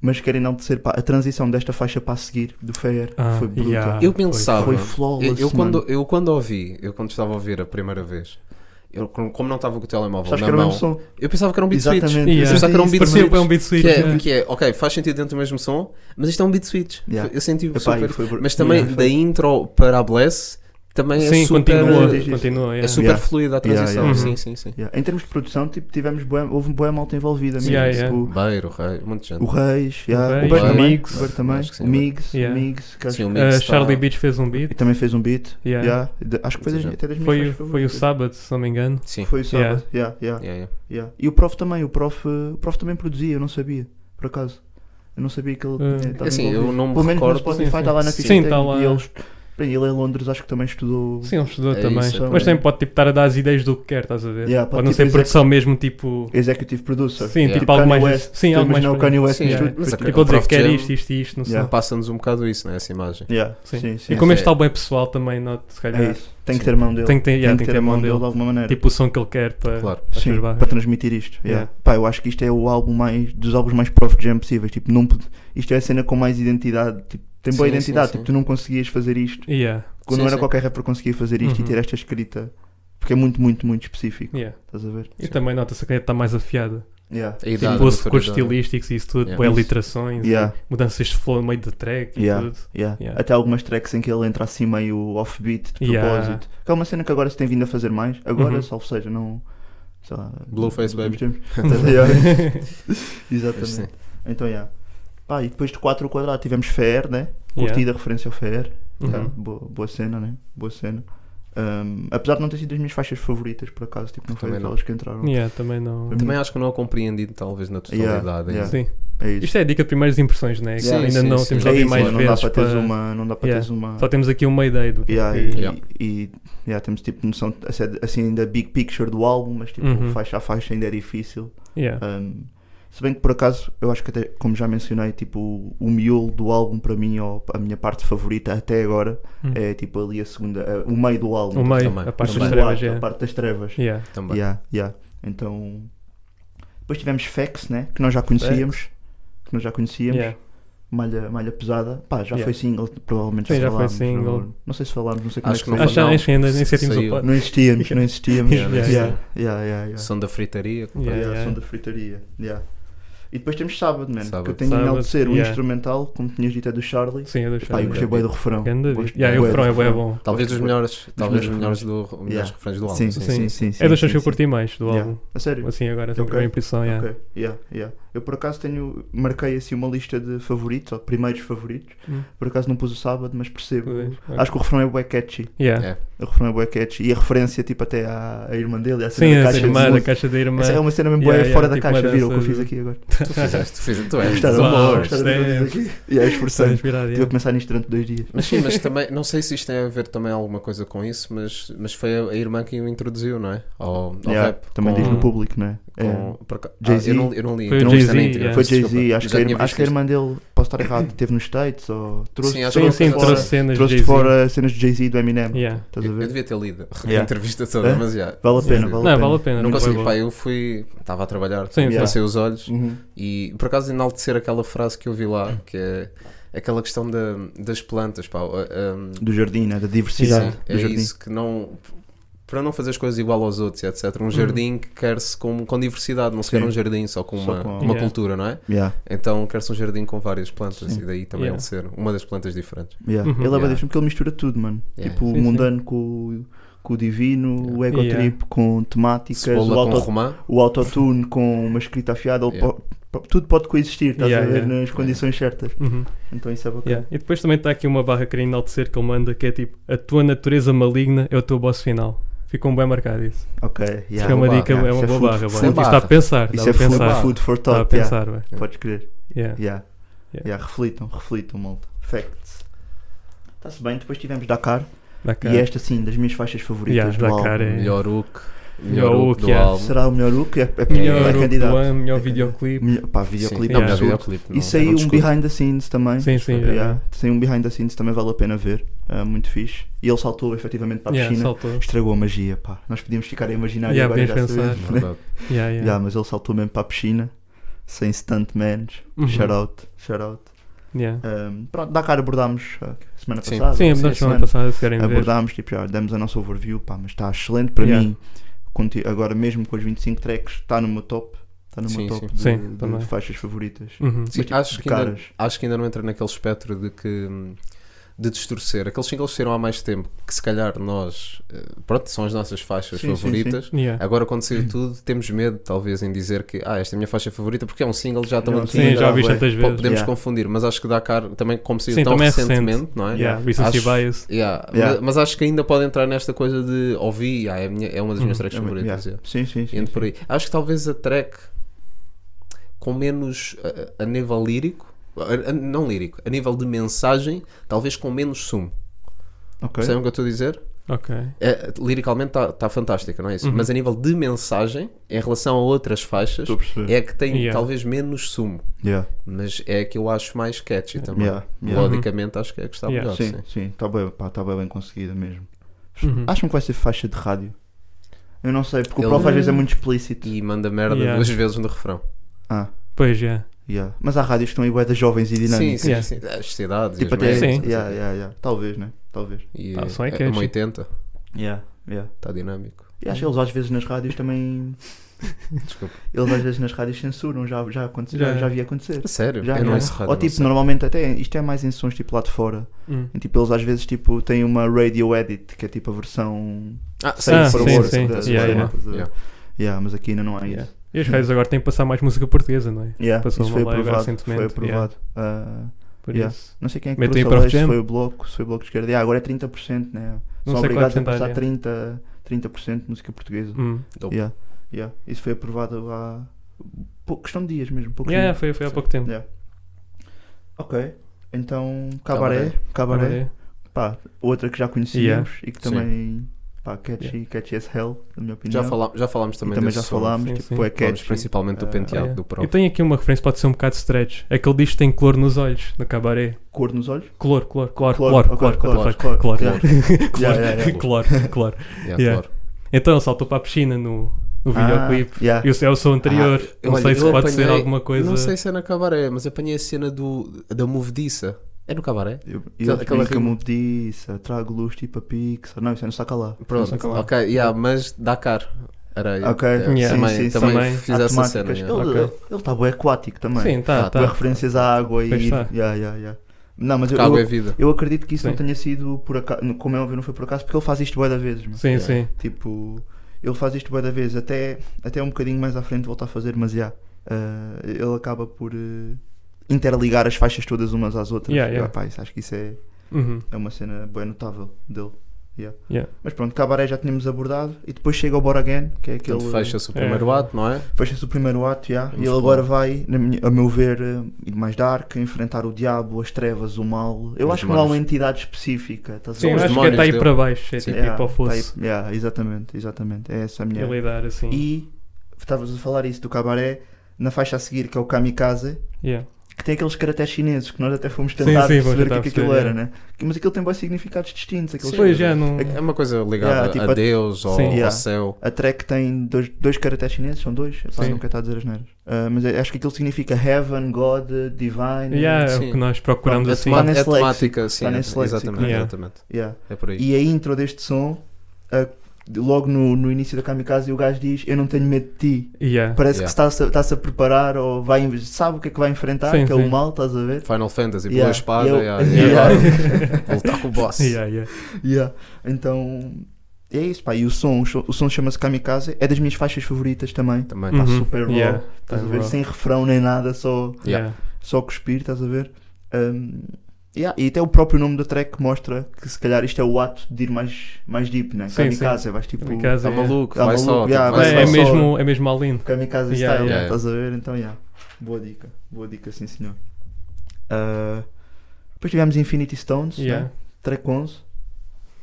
S6: Mas quero enaltecer pá, a transição desta faixa para a seguir, do Fair.
S8: Ah,
S6: foi brutal.
S8: yeah.
S7: Eu
S8: Foi-
S7: pensava.
S6: Foi
S7: eu,
S6: flawless.
S7: eu quando,
S6: mano.
S7: eu quando ouvi, eu quando estava a ouvir a primeira vez, eu, como como não estava com o telemóvel
S6: Sabes que era
S7: na
S6: o mesmo
S7: mão,
S6: som.
S7: eu pensava que era um beat switch.
S6: Exatamente.
S8: Yeah.
S7: Eu pensava que era um beat
S8: Parecia
S7: switch.
S8: que é um beat switch.
S7: Que é,
S8: yeah.
S7: que é, ok, faz sentido dentro do mesmo som, mas isto é um beat switch.
S6: Yeah.
S7: Eu senti
S6: Epá, e
S7: super.
S6: foi br-
S7: Mas também
S6: Yeah,
S7: da
S6: foi-
S7: intro para a Bless, também é
S8: Sim,
S7: super.
S8: continua.
S6: é-
S8: continua
S7: É
S8: yeah.
S7: super
S6: Yeah.
S7: fluida a transição.
S6: Yeah,
S8: yeah.
S7: Sim, sim, sim.
S6: Yeah. Em termos de produção, tipo, tivemos bué- houve boa malta envolvida mesmo.
S8: Yeah, yeah.
S6: tipo,
S7: Beiro, rei, um monte de gente.
S6: O Reis, yeah,
S8: Reis,
S6: o Bear
S7: o
S6: também,
S8: Miggs.
S6: o Bear também,
S7: Acho que sim,
S6: o Miggs,
S8: Yeah.
S6: o Miggs, que acho-
S7: Sim, o
S8: Uh,
S7: mix está-
S8: Charlie Beach fez um beat.
S6: e também fez um beat.
S8: Yeah.
S6: yeah. De- Acho que foi das-
S7: Sim, sim.
S6: até das minhas
S8: Foi,
S6: faixas
S8: o- foi o
S6: favoritas.
S8: sábado, se não me engano.
S7: Sim.
S6: Foi o sábado, yeah, yeah,
S7: Yeah, yeah.
S6: yeah. E o prof também, o prof, eh, o prof também produzia, eu não sabia, por acaso. Eu não sabia que ele
S8: Eh,
S6: tinha- estava
S7: Assim,
S6: envolvido.
S7: eu não me
S6: Pelo menos no
S7: recordo.
S6: Spotify
S8: Sim,
S6: está lá na
S7: sim.
S6: ficha
S8: Sim, tá
S6: técnica e
S8: lá.
S6: eles- bem, ele em Londres acho que também estudou.
S8: Sim, ele estudou
S7: É
S8: também.
S7: isso,
S6: é
S8: Mas
S6: também.
S8: também pode tipo, estar a dar as ideias do que quer, estás a ver?
S6: Yeah, pá,
S8: pode não
S6: tipo,
S8: ser
S6: exec-
S8: produção mesmo, tipo.
S6: Executive producer.
S8: Sim,
S7: Yeah.
S8: tipo algo
S6: Kanye
S8: mais.
S6: West,
S8: sim,
S6: tu
S8: algo mais.
S6: imaginas o Kanye West
S8: sim,
S6: no
S8: yeah.
S6: estúdio,
S7: Mas
S6: depois
S7: a-
S8: Tipo, ele dizer que
S7: É Prof.
S8: quer
S7: Jam
S8: isto, isto, isto, não sei.
S6: Yeah.
S7: Passa-nos um bocado isso, né? Essa imagem.
S6: Yeah,
S8: Sim.
S6: sim, sim.
S8: E como
S7: é-
S8: este álbum é pessoal também, note, se calhar.
S6: É isso. Tem que ter a mão dele.
S8: Tem que ter, yeah, tem que ter a mão dele.
S6: de alguma maneira.
S8: Tipo o som que ele quer para.
S7: Claro.
S8: para as
S6: Sim,
S8: suas barras.
S6: para transmitir isto. yeah.
S8: Yeah.
S6: Pá, eu acho que isto é o álbum mais dos álbuns mais prof jam possíveis. Tipo, não, pod- isto é a cena com mais identidade. Tipo, tem boa
S7: Sim,
S6: identidade.
S7: sim,
S6: tipo,
S7: sim.
S6: tu não conseguias fazer isto.
S8: Yeah,
S6: Quando
S7: Sim,
S6: não era
S7: sim.
S6: qualquer rapper conseguia fazer isto
S8: Uhum.
S6: e ter esta escrita. Porque é muito, muito, muito específico.
S8: yeah.
S6: Estás a ver?
S8: E também nota-se que ele está mais afiada.
S6: Yeah.
S7: A idade,
S8: Tipo,
S7: a
S8: os cores
S7: maturidade.
S8: estilísticos e isso tudo,
S7: Yeah.
S8: yeah.
S6: Isso.
S8: literações, e
S6: Yeah.
S8: mudanças de flow no meio da track e
S6: Yeah.
S8: tudo.
S6: Yeah.
S8: Yeah.
S6: Até algumas tracks em que ele entra assim meio offbeat de
S8: Yeah.
S6: propósito. Que é uma cena que agora se tem vindo a fazer mais. Agora,
S8: Uhum.
S6: salvo seja, não. Sei lá,
S7: Blueface,
S6: nos últimos
S7: baby.
S6: tempos. Yeah. Exatamente.
S7: Sim.
S6: Então, yeah. Pá, e depois de 4 ao quadrado tivemos Fair, né?
S8: Yeah.
S6: Curtida, então. referência ao Fair.
S8: Uhum.
S6: Yeah, boa, boa cena, né? Boa cena. Um, apesar de não ter sido as minhas faixas favoritas, por acaso, tipo, não foi
S7: Também não.
S6: aquelas que entraram.
S8: Yeah, também não.
S7: Também acho que não é compreendido, talvez, na
S6: Yeah,
S7: totalidade.
S6: yeah.
S7: ainda.
S8: Sim.
S6: É isso.
S8: Isto é a dica de primeiras impressões, né? Que
S7: Sim,
S8: ainda
S7: sim,
S8: não
S7: sim.
S8: temos de
S6: é
S8: ouvir
S6: isso,
S8: mais
S6: não
S8: vezes.
S6: dá para teres
S8: para-
S6: uma. Não dá para
S8: Yeah.
S6: teres uma.
S8: Só temos aqui uma ideia do que
S6: Yeah,
S8: é
S6: e,
S8: que-
S7: Yeah.
S6: e- yeah, temos tipo noção assim, assim da big picture do álbum, mas tipo
S8: Uhum.
S6: faixa a faixa ainda é difícil.
S8: Yeah.
S6: Um, se bem que por acaso, eu acho que até, como já mencionei, tipo, o, o miolo do álbum para mim, ou a minha parte favorita até agora,
S8: Hum.
S6: é tipo ali a segunda, a- o meio do álbum.
S8: O meio,
S7: Também.
S8: a parte
S6: Também.
S8: das trevas,
S6: A
S8: yeah.
S6: parte das trevas.
S8: Yeah.
S7: Também.
S6: Yeah, yeah. Então, depois tivemos Fex, né? Que nós já conhecíamos. Que nós já conhecíamos.
S8: Yeah.
S6: Malha, malha pesada. Pá, já
S8: Yeah.
S6: foi single, provavelmente
S8: Sim, já foi
S6: falámos,
S8: single.
S6: Não, não sei se falámos, não sei como é
S7: Acho que
S6: que
S7: não
S6: foi.
S8: Acho que
S7: não.
S8: acho que ainda nem sentimos o
S7: Saiu.
S8: pote.
S6: Não existíamos, não existíamos.
S7: Yeah, não
S6: Yeah,
S7: existia.
S6: yeah, yeah, yeah.
S7: Som da fritaria.
S8: Yeah,
S6: Yeah,
S8: yeah.
S6: som da fritaria. Yeah. E depois temos sábado, mano.
S7: Sábado.
S6: Que eu tenho
S8: Sábado,
S6: de ser um
S8: yeah.
S6: instrumental, como tinhas dito, é do Charlie.
S8: Sim, é do
S6: Pá, eu
S8: Charlie.
S6: gostei bem do refrão.
S8: Ganda
S6: Gosto
S8: beat. Yeah, e o
S6: bué do
S8: refrão é bué bom.
S7: Talvez dos melhores, talvez dos
S6: melhores.
S7: melhores, do, melhores
S6: Yeah.
S7: refrões do álbum.
S6: Sim,
S7: sim,
S6: sim, sim. sim,
S8: É dos sons
S6: sim,
S8: que eu
S6: sim.
S8: curti mais do
S6: Yeah.
S8: álbum.
S6: A sério?
S8: Assim agora, tenho
S6: Ok.
S8: a impressão, yeah.
S6: Ok, yeah, yeah. Eu por acaso tenho, marquei assim uma lista de favoritos, ou de primeiros favoritos.
S8: Hum.
S6: Por acaso não pus o sábado, mas percebo.
S8: Pois, ok.
S6: Acho que o refrão é bué catchy.
S8: Yeah.
S7: É.
S6: O refrão é bué catchy. E a referência, tipo, até à, à irmã dele, à cena
S8: Sim,
S6: da
S8: a
S6: caixa de
S8: irmã, da
S6: música.
S8: caixa da irmã.
S6: Essa é uma cena mesmo
S8: Yeah,
S6: bué
S8: yeah,
S6: fora da
S8: tipo
S6: caixa.
S8: uma
S6: Viram o que eu
S8: dessa
S6: fiz
S8: de-
S6: aqui agora?
S7: Tu fizeste, tu fizeste, tu és.
S6: Gostaram?
S8: Uau,
S6: Amor,
S8: isto
S6: gostaram
S8: é-
S6: de fazer aqui. E é
S8: Estou
S6: esforçando.
S8: inspirado,
S6: Estive
S8: yeah.
S6: a pensar nisto durante dois dias.
S7: Mas sim, mas também, não sei se isto tem a ver também alguma coisa com isso, mas, mas foi a, a irmã que o introduziu, não é? Ao, ao
S6: Yeah,
S7: rap.
S6: Também
S7: com,
S6: diz no público, não é?
S7: com-
S6: É.
S7: por aca-
S6: Jay-Z.
S7: Ah, eu, não, eu não li.
S8: Foi o
S7: não
S8: Jay-Z,
S7: também
S8: yeah.
S7: interior,
S6: Foi
S7: desculpa.
S6: Jay-Z, acho,
S7: Já
S6: que a
S7: tinha
S6: irmã- acho
S7: visto
S6: que a
S7: isto.
S6: irmã dele, posso estar errado, teve nos States ou trouxe,
S7: Sim, acho
S8: Sim,
S7: que
S8: sim,
S7: Fora-
S8: trouxe cenas
S6: trouxe
S8: de
S6: de fora cenas de Jay-Z e do Eminem.
S8: Yeah.
S6: Estás a
S7: Eu, eu
S6: ver?
S7: devia ter lido
S6: Yeah.
S7: a entrevista toda,
S6: É?
S7: mas já.
S6: Vale a pena, vale
S7: Sim.
S6: a
S8: Não,
S6: pena.
S8: vale a pena.
S7: Não
S8: foi
S7: consegui,
S8: bom.
S7: pá, eu fui. Estava a trabalhar,
S8: Sim,
S7: passei
S6: sim.
S7: os olhos
S6: Uhum.
S7: e por acaso enaltecer aquela frase que eu vi lá, que é aquela questão da, das plantas, pá. ah, ah,
S6: Do jardim, né? da diversidade
S7: Sim,
S6: do
S7: é
S6: jardim.
S7: isso que não. Para não fazer as coisas igual aos outros, etc. Um jardim que quer-se com, com diversidade, não se
S6: Uhum. Sim.
S7: quer um jardim só com
S6: Só
S7: uma,
S6: com a-
S7: uma
S8: Yeah.
S7: cultura, não é?
S6: Yeah,
S7: Então quer-se um jardim com várias plantas e daí também
S8: Yeah.
S7: ele ser uma das plantas diferentes.
S6: yeah.
S8: Uhum.
S6: Ele é
S7: Yeah.
S6: yeah. porque ele mistura tudo, mano.
S7: Yeah.
S6: Tipo
S8: Sim,
S6: o
S8: sim.
S6: mundano com, o- com o divino, o
S8: Yeah.
S6: ecotrip com temáticas,
S7: Cebola
S6: o,
S7: com
S6: auto,
S7: romã.
S6: o autotune com uma escrita afiada. ele
S7: Yeah.
S6: po- po- tudo pode coexistir, estás
S8: Yeah,
S6: a ver,
S8: yeah.
S6: nas condições certas.
S8: Uhum.
S6: Então isso é bacana.
S8: Yeah. E depois também está aqui uma barra querendo enaltecer que ele manda que é tipo: A tua natureza maligna é o teu boss final. Ficou um bem marcado isso.
S6: Ok,
S8: Acho
S6: yeah.
S8: que é uma
S7: boa
S8: dica,
S6: barra.
S8: é uma
S6: Isso é
S8: boa
S6: food-
S8: barra.
S7: food
S8: bué. Isto está a
S7: barra.
S8: pensar,
S6: Isso é
S8: dá a
S6: food,
S8: pensar.
S6: food for
S8: Dá a
S6: thought. Yeah.
S8: pensar, bué.
S6: Podes crer.
S8: Yeah.
S6: Yeah.
S8: Yeah.
S6: Yeah, reflitam, reflitam, malta. Facts. Está-se bem, depois tivemos Dakar.
S8: Dá cá.
S6: E esta, sim, das minhas faixas
S8: Yeah,
S6: favoritas do
S8: dá cá,
S6: álbum.
S8: é.
S7: Melhor hook.
S8: Melhor
S7: Melhor
S8: hook,
S7: hook do
S8: yeah.
S7: álbum.
S6: Será o melhor look? É, é, é
S8: Melhor
S6: candidato.
S8: do ano, melhor
S6: É candidato.
S8: videoclipe.
S6: Melhor- Pá,
S7: Sim.
S6: videoclipe
S7: Não, melhor
S8: absurdo.
S7: videoclipe. não- é
S6: E saiu
S7: não
S6: um
S7: discuto.
S6: behind the scenes também.
S8: Sim, sim. é.
S6: Yeah.
S8: já.
S6: Saiu um behind the scenes também vale a pena ver. É muito fixe. E ele saltou efetivamente para a
S8: Yeah,
S6: piscina.
S8: saltou.
S6: Estragou a magia, pá. Nós podíamos ficar a imaginar e
S8: Yeah,
S6: agora já
S8: podíamos
S6: sabemos.
S8: pensar.
S6: né?
S7: Verdade.
S8: Yeah, yeah.
S6: Yeah, mas ele saltou mesmo para a piscina. Sem stuntmans.
S8: Uhum.
S6: Shout out, shout out.
S8: Yeah.
S6: Um, pronto, Dakar abordámos uh, semana
S7: Sim.
S6: passada.
S8: Sim,
S6: ou
S8: abordamos
S6: sim,
S8: semana passada, se querem ver.
S6: abordámos, tipo, já demos a nossa overview, pá, mas está excelente para
S8: Yeah.
S6: mim. conti- Agora mesmo com os 25 tracks, está no meu top. Está no meu
S7: Sim,
S6: top
S7: sim.
S6: De,
S8: Sim,
S6: de
S8: também.
S6: faixas favoritas.
S8: Uhum.
S7: Sim,
S6: tipo,
S7: acho,
S6: de
S7: que ainda,
S6: caras.
S7: acho que ainda não entra naquele espectro de que hum, de distorcer. Aqueles singles que saíram há mais tempo, que se calhar nós eh, pronto, são as nossas faixas
S6: Sim, sim,
S7: favoritas.
S6: É
S8: Yeah.
S7: Agora quando saiu tudo, temos medo, talvez, em dizer que ah, esta é a minha faixa favorita porque é um single, já estão
S6: Não,
S7: a
S6: Sim,
S8: Sim, já
S6: já
S8: ouvi
S6: bué.
S8: tantas vezes.
S7: Podemos
S6: Yeah.
S7: confundir, mas acho que Dakar também, como saiu
S8: Sim,
S7: tão
S8: também é recente.
S7: recentemente, não é?
S8: Yeah, recency
S7: Acho-
S8: bias.
S7: Yeah,
S6: Yeah.
S7: Mas, mas acho que ainda pode entrar nesta coisa de ouvir, ah, é, a minha- é uma das minhas tracks
S6: É muito-
S7: favoritas. yeah.
S6: yeah. Sim, sim, sim.
S7: Indo por aí. Acho que talvez a track com menos a, a nível lírico, a- a- não lírico, a nível de mensagem, talvez com menos sumo.
S6: Ok.
S7: Percebem o que eu estou a dizer?
S8: Ok.
S7: É, liricalmente está tá fantástica, não é isso? Mas a nível de mensagem, em relação a outras faixas,
S6: Estou a perceber.
S7: é a que tem
S8: Yeah.
S7: talvez menos sumo.
S6: Yeah.
S7: Mas é a que eu acho mais catchy também.
S6: Yeah, yeah.
S7: Logicamente acho que é a que está
S8: Yeah.
S7: melhor.
S6: Sim,
S7: Sim.
S6: sim, está bem, pá, tá bem, bem conseguida mesmo.
S8: Uhum.
S6: Acham que vai ser faixa de rádio? Eu não sei, porque
S7: Ele-
S6: o prof às vezes é muito explícito.
S7: E manda merda
S8: Yeah.
S7: duas vezes no refrão.
S6: Ah,
S8: Pois, yeah.
S6: yeah. Mas há rádios que estão aí bué de jovens e
S7: Sim,
S6: dinâmicos.
S7: sim,
S8: Yeah.
S7: sim. As cidades,
S6: Tipo
S7: as
S6: até.
S7: merdas,
S8: Sim.
S7: não sei
S6: Yeah,
S7: o quê.
S6: yeah, yeah. Talvez, né? Talvez.
S7: E
S8: Ah, só é
S7: é,
S8: catchy.
S7: uma 80,
S6: Yeah, yeah.
S7: está dinâmico.
S6: E acho que eles às vezes nas rádios também.
S7: Uhum. Desculpa.
S6: Eles às vezes nas rádios censuram, já, já, aconte-
S8: Já.
S6: já, já vi acontecer.
S7: A sério?
S6: Já,
S7: eu não
S6: já.
S7: ouço rádio,
S6: Ou
S7: não
S6: tipo,
S7: sei.
S6: normalmente até isto é mais em sons tipo lá de fora.
S8: Hum.
S6: E, tipo, eles às vezes tipo, têm uma radio edit, que é tipo a versão.
S7: Ah,
S6: Sim,
S8: Ah,
S7: sim,
S8: sim,
S7: sim, sim,
S8: sim. Yeah, yeah.
S7: Yeah.
S6: Yeah, mas aqui ainda não há
S8: Yeah.
S6: isso.
S8: E as rádios agora têm que passar mais música portuguesa, não é?
S6: Yeah,
S8: Passou
S6: isso
S8: uma
S6: foi
S8: live
S6: aprovado. Foi
S8: recentemente,
S6: aprovado. Ah,
S8: Por
S6: Yeah.
S8: isso.
S6: não sei quem é que
S8: Metem aí
S6: trouxe a lei,
S8: Prof Jam.
S6: se foi o bloco, se foi o bloco de esquerda. Yeah, agora é 30%, né?
S8: Não sei qual
S6: São
S8: é a
S6: obrigados a passar
S8: porcentagem.
S6: 30%, 30 de música portuguesa.
S8: Hum.
S7: Dope.
S6: Yeah, yeah. Isso foi aprovado há pou- questão de dias mesmo. Poucos
S8: Yeah,
S6: dias.
S8: foi, foi há pouco tempo.
S6: Yeah. Ok. Então, cabaré, cabaré.
S8: Cabaré.
S6: Pá, outra que já conhecíamos e que também pá, catchy, catchy as hell, na minha opinião.
S7: Já, falá- já falámos
S6: e
S7: também
S6: também
S7: desse
S6: já
S7: som.
S6: falámos,
S8: Sim,
S6: tipo,
S8: sim.
S6: é
S7: Falámos
S6: catchy.
S7: principalmente do
S6: Ah,
S7: penteado
S8: Yeah.
S7: do
S8: Eu
S7: próprio.
S8: tenho aqui uma referência, pode ser um bocado stretch. É que ele diz que tem cloro nos olhos, no cabaré.
S6: Cor nos olhos.
S8: Cloro, cloro, cloro,
S6: Cloro,
S8: cloro,
S6: ok,
S8: cloro,
S6: cloro,
S8: cloro,
S6: cloro,
S8: cloro,
S6: yeah. Yeah, yeah,
S8: cloro, cloro,
S6: yeah.
S8: cloro.
S7: Yeah,
S8: Yeah.
S7: claro.
S8: Então ele saltou para a piscina no, no
S6: Ah,
S8: videoclipe.
S6: yeah.
S8: E o- é o som anterior.
S7: Ah,
S8: não
S7: olha,
S8: sei se
S7: eu
S8: pode ser
S7: apanhei-
S8: alguma coisa.
S7: Não sei se é na cabaré, mas apanhei a cena do, da movediça. É no cabaré?
S6: Eu,
S7: Aquela-
S6: eu
S7: aquela
S6: aquela que
S7: rima.
S6: me disse, trago luz tipo a Pixar. Não, isso é no Sacalá.
S7: Pronto, ok, yeah, mas Dakar. areia.
S6: Ok,
S7: Yeah,
S8: Yeah.
S7: também,
S6: sim, sim,
S7: também
S8: também.
S7: fiz essa cena.
S6: Ele
S7: yeah.
S8: yeah.
S6: está bem aquático também.
S8: Sim, tá,
S7: Ah,
S6: Bué
S8: tá.
S6: referências à água e.
S8: Pois tá.
S6: Yeah, yeah, yeah. Não, mas eu,
S7: Porque água é
S6: eu,
S7: vida.
S6: eu acredito que isso não
S8: Sim.
S6: tenha sido por acaso. Como é óbvio, não foi por acaso, porque ele faz isto bué da vezes. mano.
S8: Sim,
S7: Yeah.
S8: sim.
S6: Tipo, ele faz isto bué da vez, até, até um bocadinho mais à frente volta a fazer, mas já. ah, ele acaba por eh, interligar as faixas todas umas às outras.
S8: Yeah,
S6: E,
S8: yeah.
S6: rapaz, acho que isso é,
S8: Uhum.
S6: é uma cena bem notável dele. Yeah.
S8: Yeah.
S6: Mas pronto, Cabaré já tínhamos abordado e depois chega o Bora Again, que é aquele.
S7: Portanto, fecha-se o primeiro
S8: É.
S7: ato, não é?
S6: Fecha-se o primeiro ato, já. e
S7: Vamos
S6: ele
S7: lá.
S6: agora vai, na minha- a meu ver, eh, ir mais dark, enfrentar o diabo, as trevas, o mal. Eu
S7: Os
S6: acho que não há uma
S7: demônios.
S6: entidade específica, estás
S8: Sim,
S6: a
S8: eu
S7: os
S6: ver?
S8: acho que
S7: demónios
S8: está aí
S7: dele.
S8: para baixo, é tipo
S6: Yeah,
S8: ir para o
S6: tá aí-
S8: fosso.
S6: yeah, exatamente, exatamente. É essa a minha.
S8: E lidar assim.
S6: E estavas a falar isso do cabaré na faixa a seguir, que é o kamikaze,
S8: Yeah.
S6: que tem aqueles caracteres chineses que nós até fomos
S8: Sim,
S6: tentar
S8: sim, vamos
S6: perceber o que,
S8: tentar
S6: é que aquilo
S8: perceber,
S6: era, né? Que- Mas aquilo tem bons significados distintos. Aqueles
S8: Pois já não.
S7: É uma coisa ligada
S6: Yeah, tipo,
S7: a
S6: a-
S7: Deus, ao,
S8: Sim.
S7: ao
S6: Yeah.
S7: céu.
S6: A track tem dois, dois caracteres chineses, são dois? Epá,
S8: Sim.
S6: não quero estar a dizer as neiras. Ah, mas é- acho que aquilo significa heaven, God, divine.
S8: Yeah, é
S7: Sim.
S8: o que nós procuramos
S6: Pronto,
S8: assim.
S7: tema-
S6: Tá nesse
S7: é temática,
S6: léxico,
S7: sim.
S6: tá nesse léxico,
S7: exatamente,
S8: né? Yeah.
S7: exatamente.
S6: Yeah.
S7: É por aí.
S6: E a intro deste som, ah, logo no, no início da kamikaze, o gajo diz: Eu não tenho medo de ti.
S8: Yeah.
S6: Parece
S7: Yeah.
S6: que está-se a- está-se a preparar ou vai, em- sabe o que é que vai enfrentar,
S8: Sim,
S6: que é
S8: sim.
S6: o mal, estás a ver?
S7: Final Fantasy, pela
S6: Yeah.
S7: Tipo, espada,
S6: Eu-
S7: yeah, e
S6: Yeah.
S7: agora vou lutar com o boss.
S8: Yeah, yeah.
S6: Yeah. Então é isso, pá. E o som, o som- o som chama-se Kamikaze, é das minhas faixas favoritas também.
S7: Também.
S6: Tá
S8: Uhum.
S6: super raw,
S8: Yeah,
S6: Estás
S8: tá
S6: a ver?
S8: raw.
S6: Sem refrão nem nada, só,
S7: Yeah.
S8: Yeah.
S6: só cuspir, estás a ver? Um, yeah, E até o próprio nome da track mostra que se calhar isto é o ato de ir mais, mais deep, né?
S8: Sim,
S6: kamikaze, vais tipo.
S8: Kamikaze,
S7: Tá
S8: yeah.
S7: maluco,
S6: Tá
S7: vai
S6: maluco,
S7: só.
S6: yeah,
S7: tipo,
S6: vai
S7: vai
S8: É, é
S6: só.
S8: mesmo, é mesmo Aline.
S6: Kamikaze
S8: Yeah,
S6: style,
S7: yeah.
S6: estás a ver? Então, yeah. boa dica, boa dica, sim senhor. Uh, depois tivemos Infinity Stones,
S8: Yeah.
S6: né? track 11.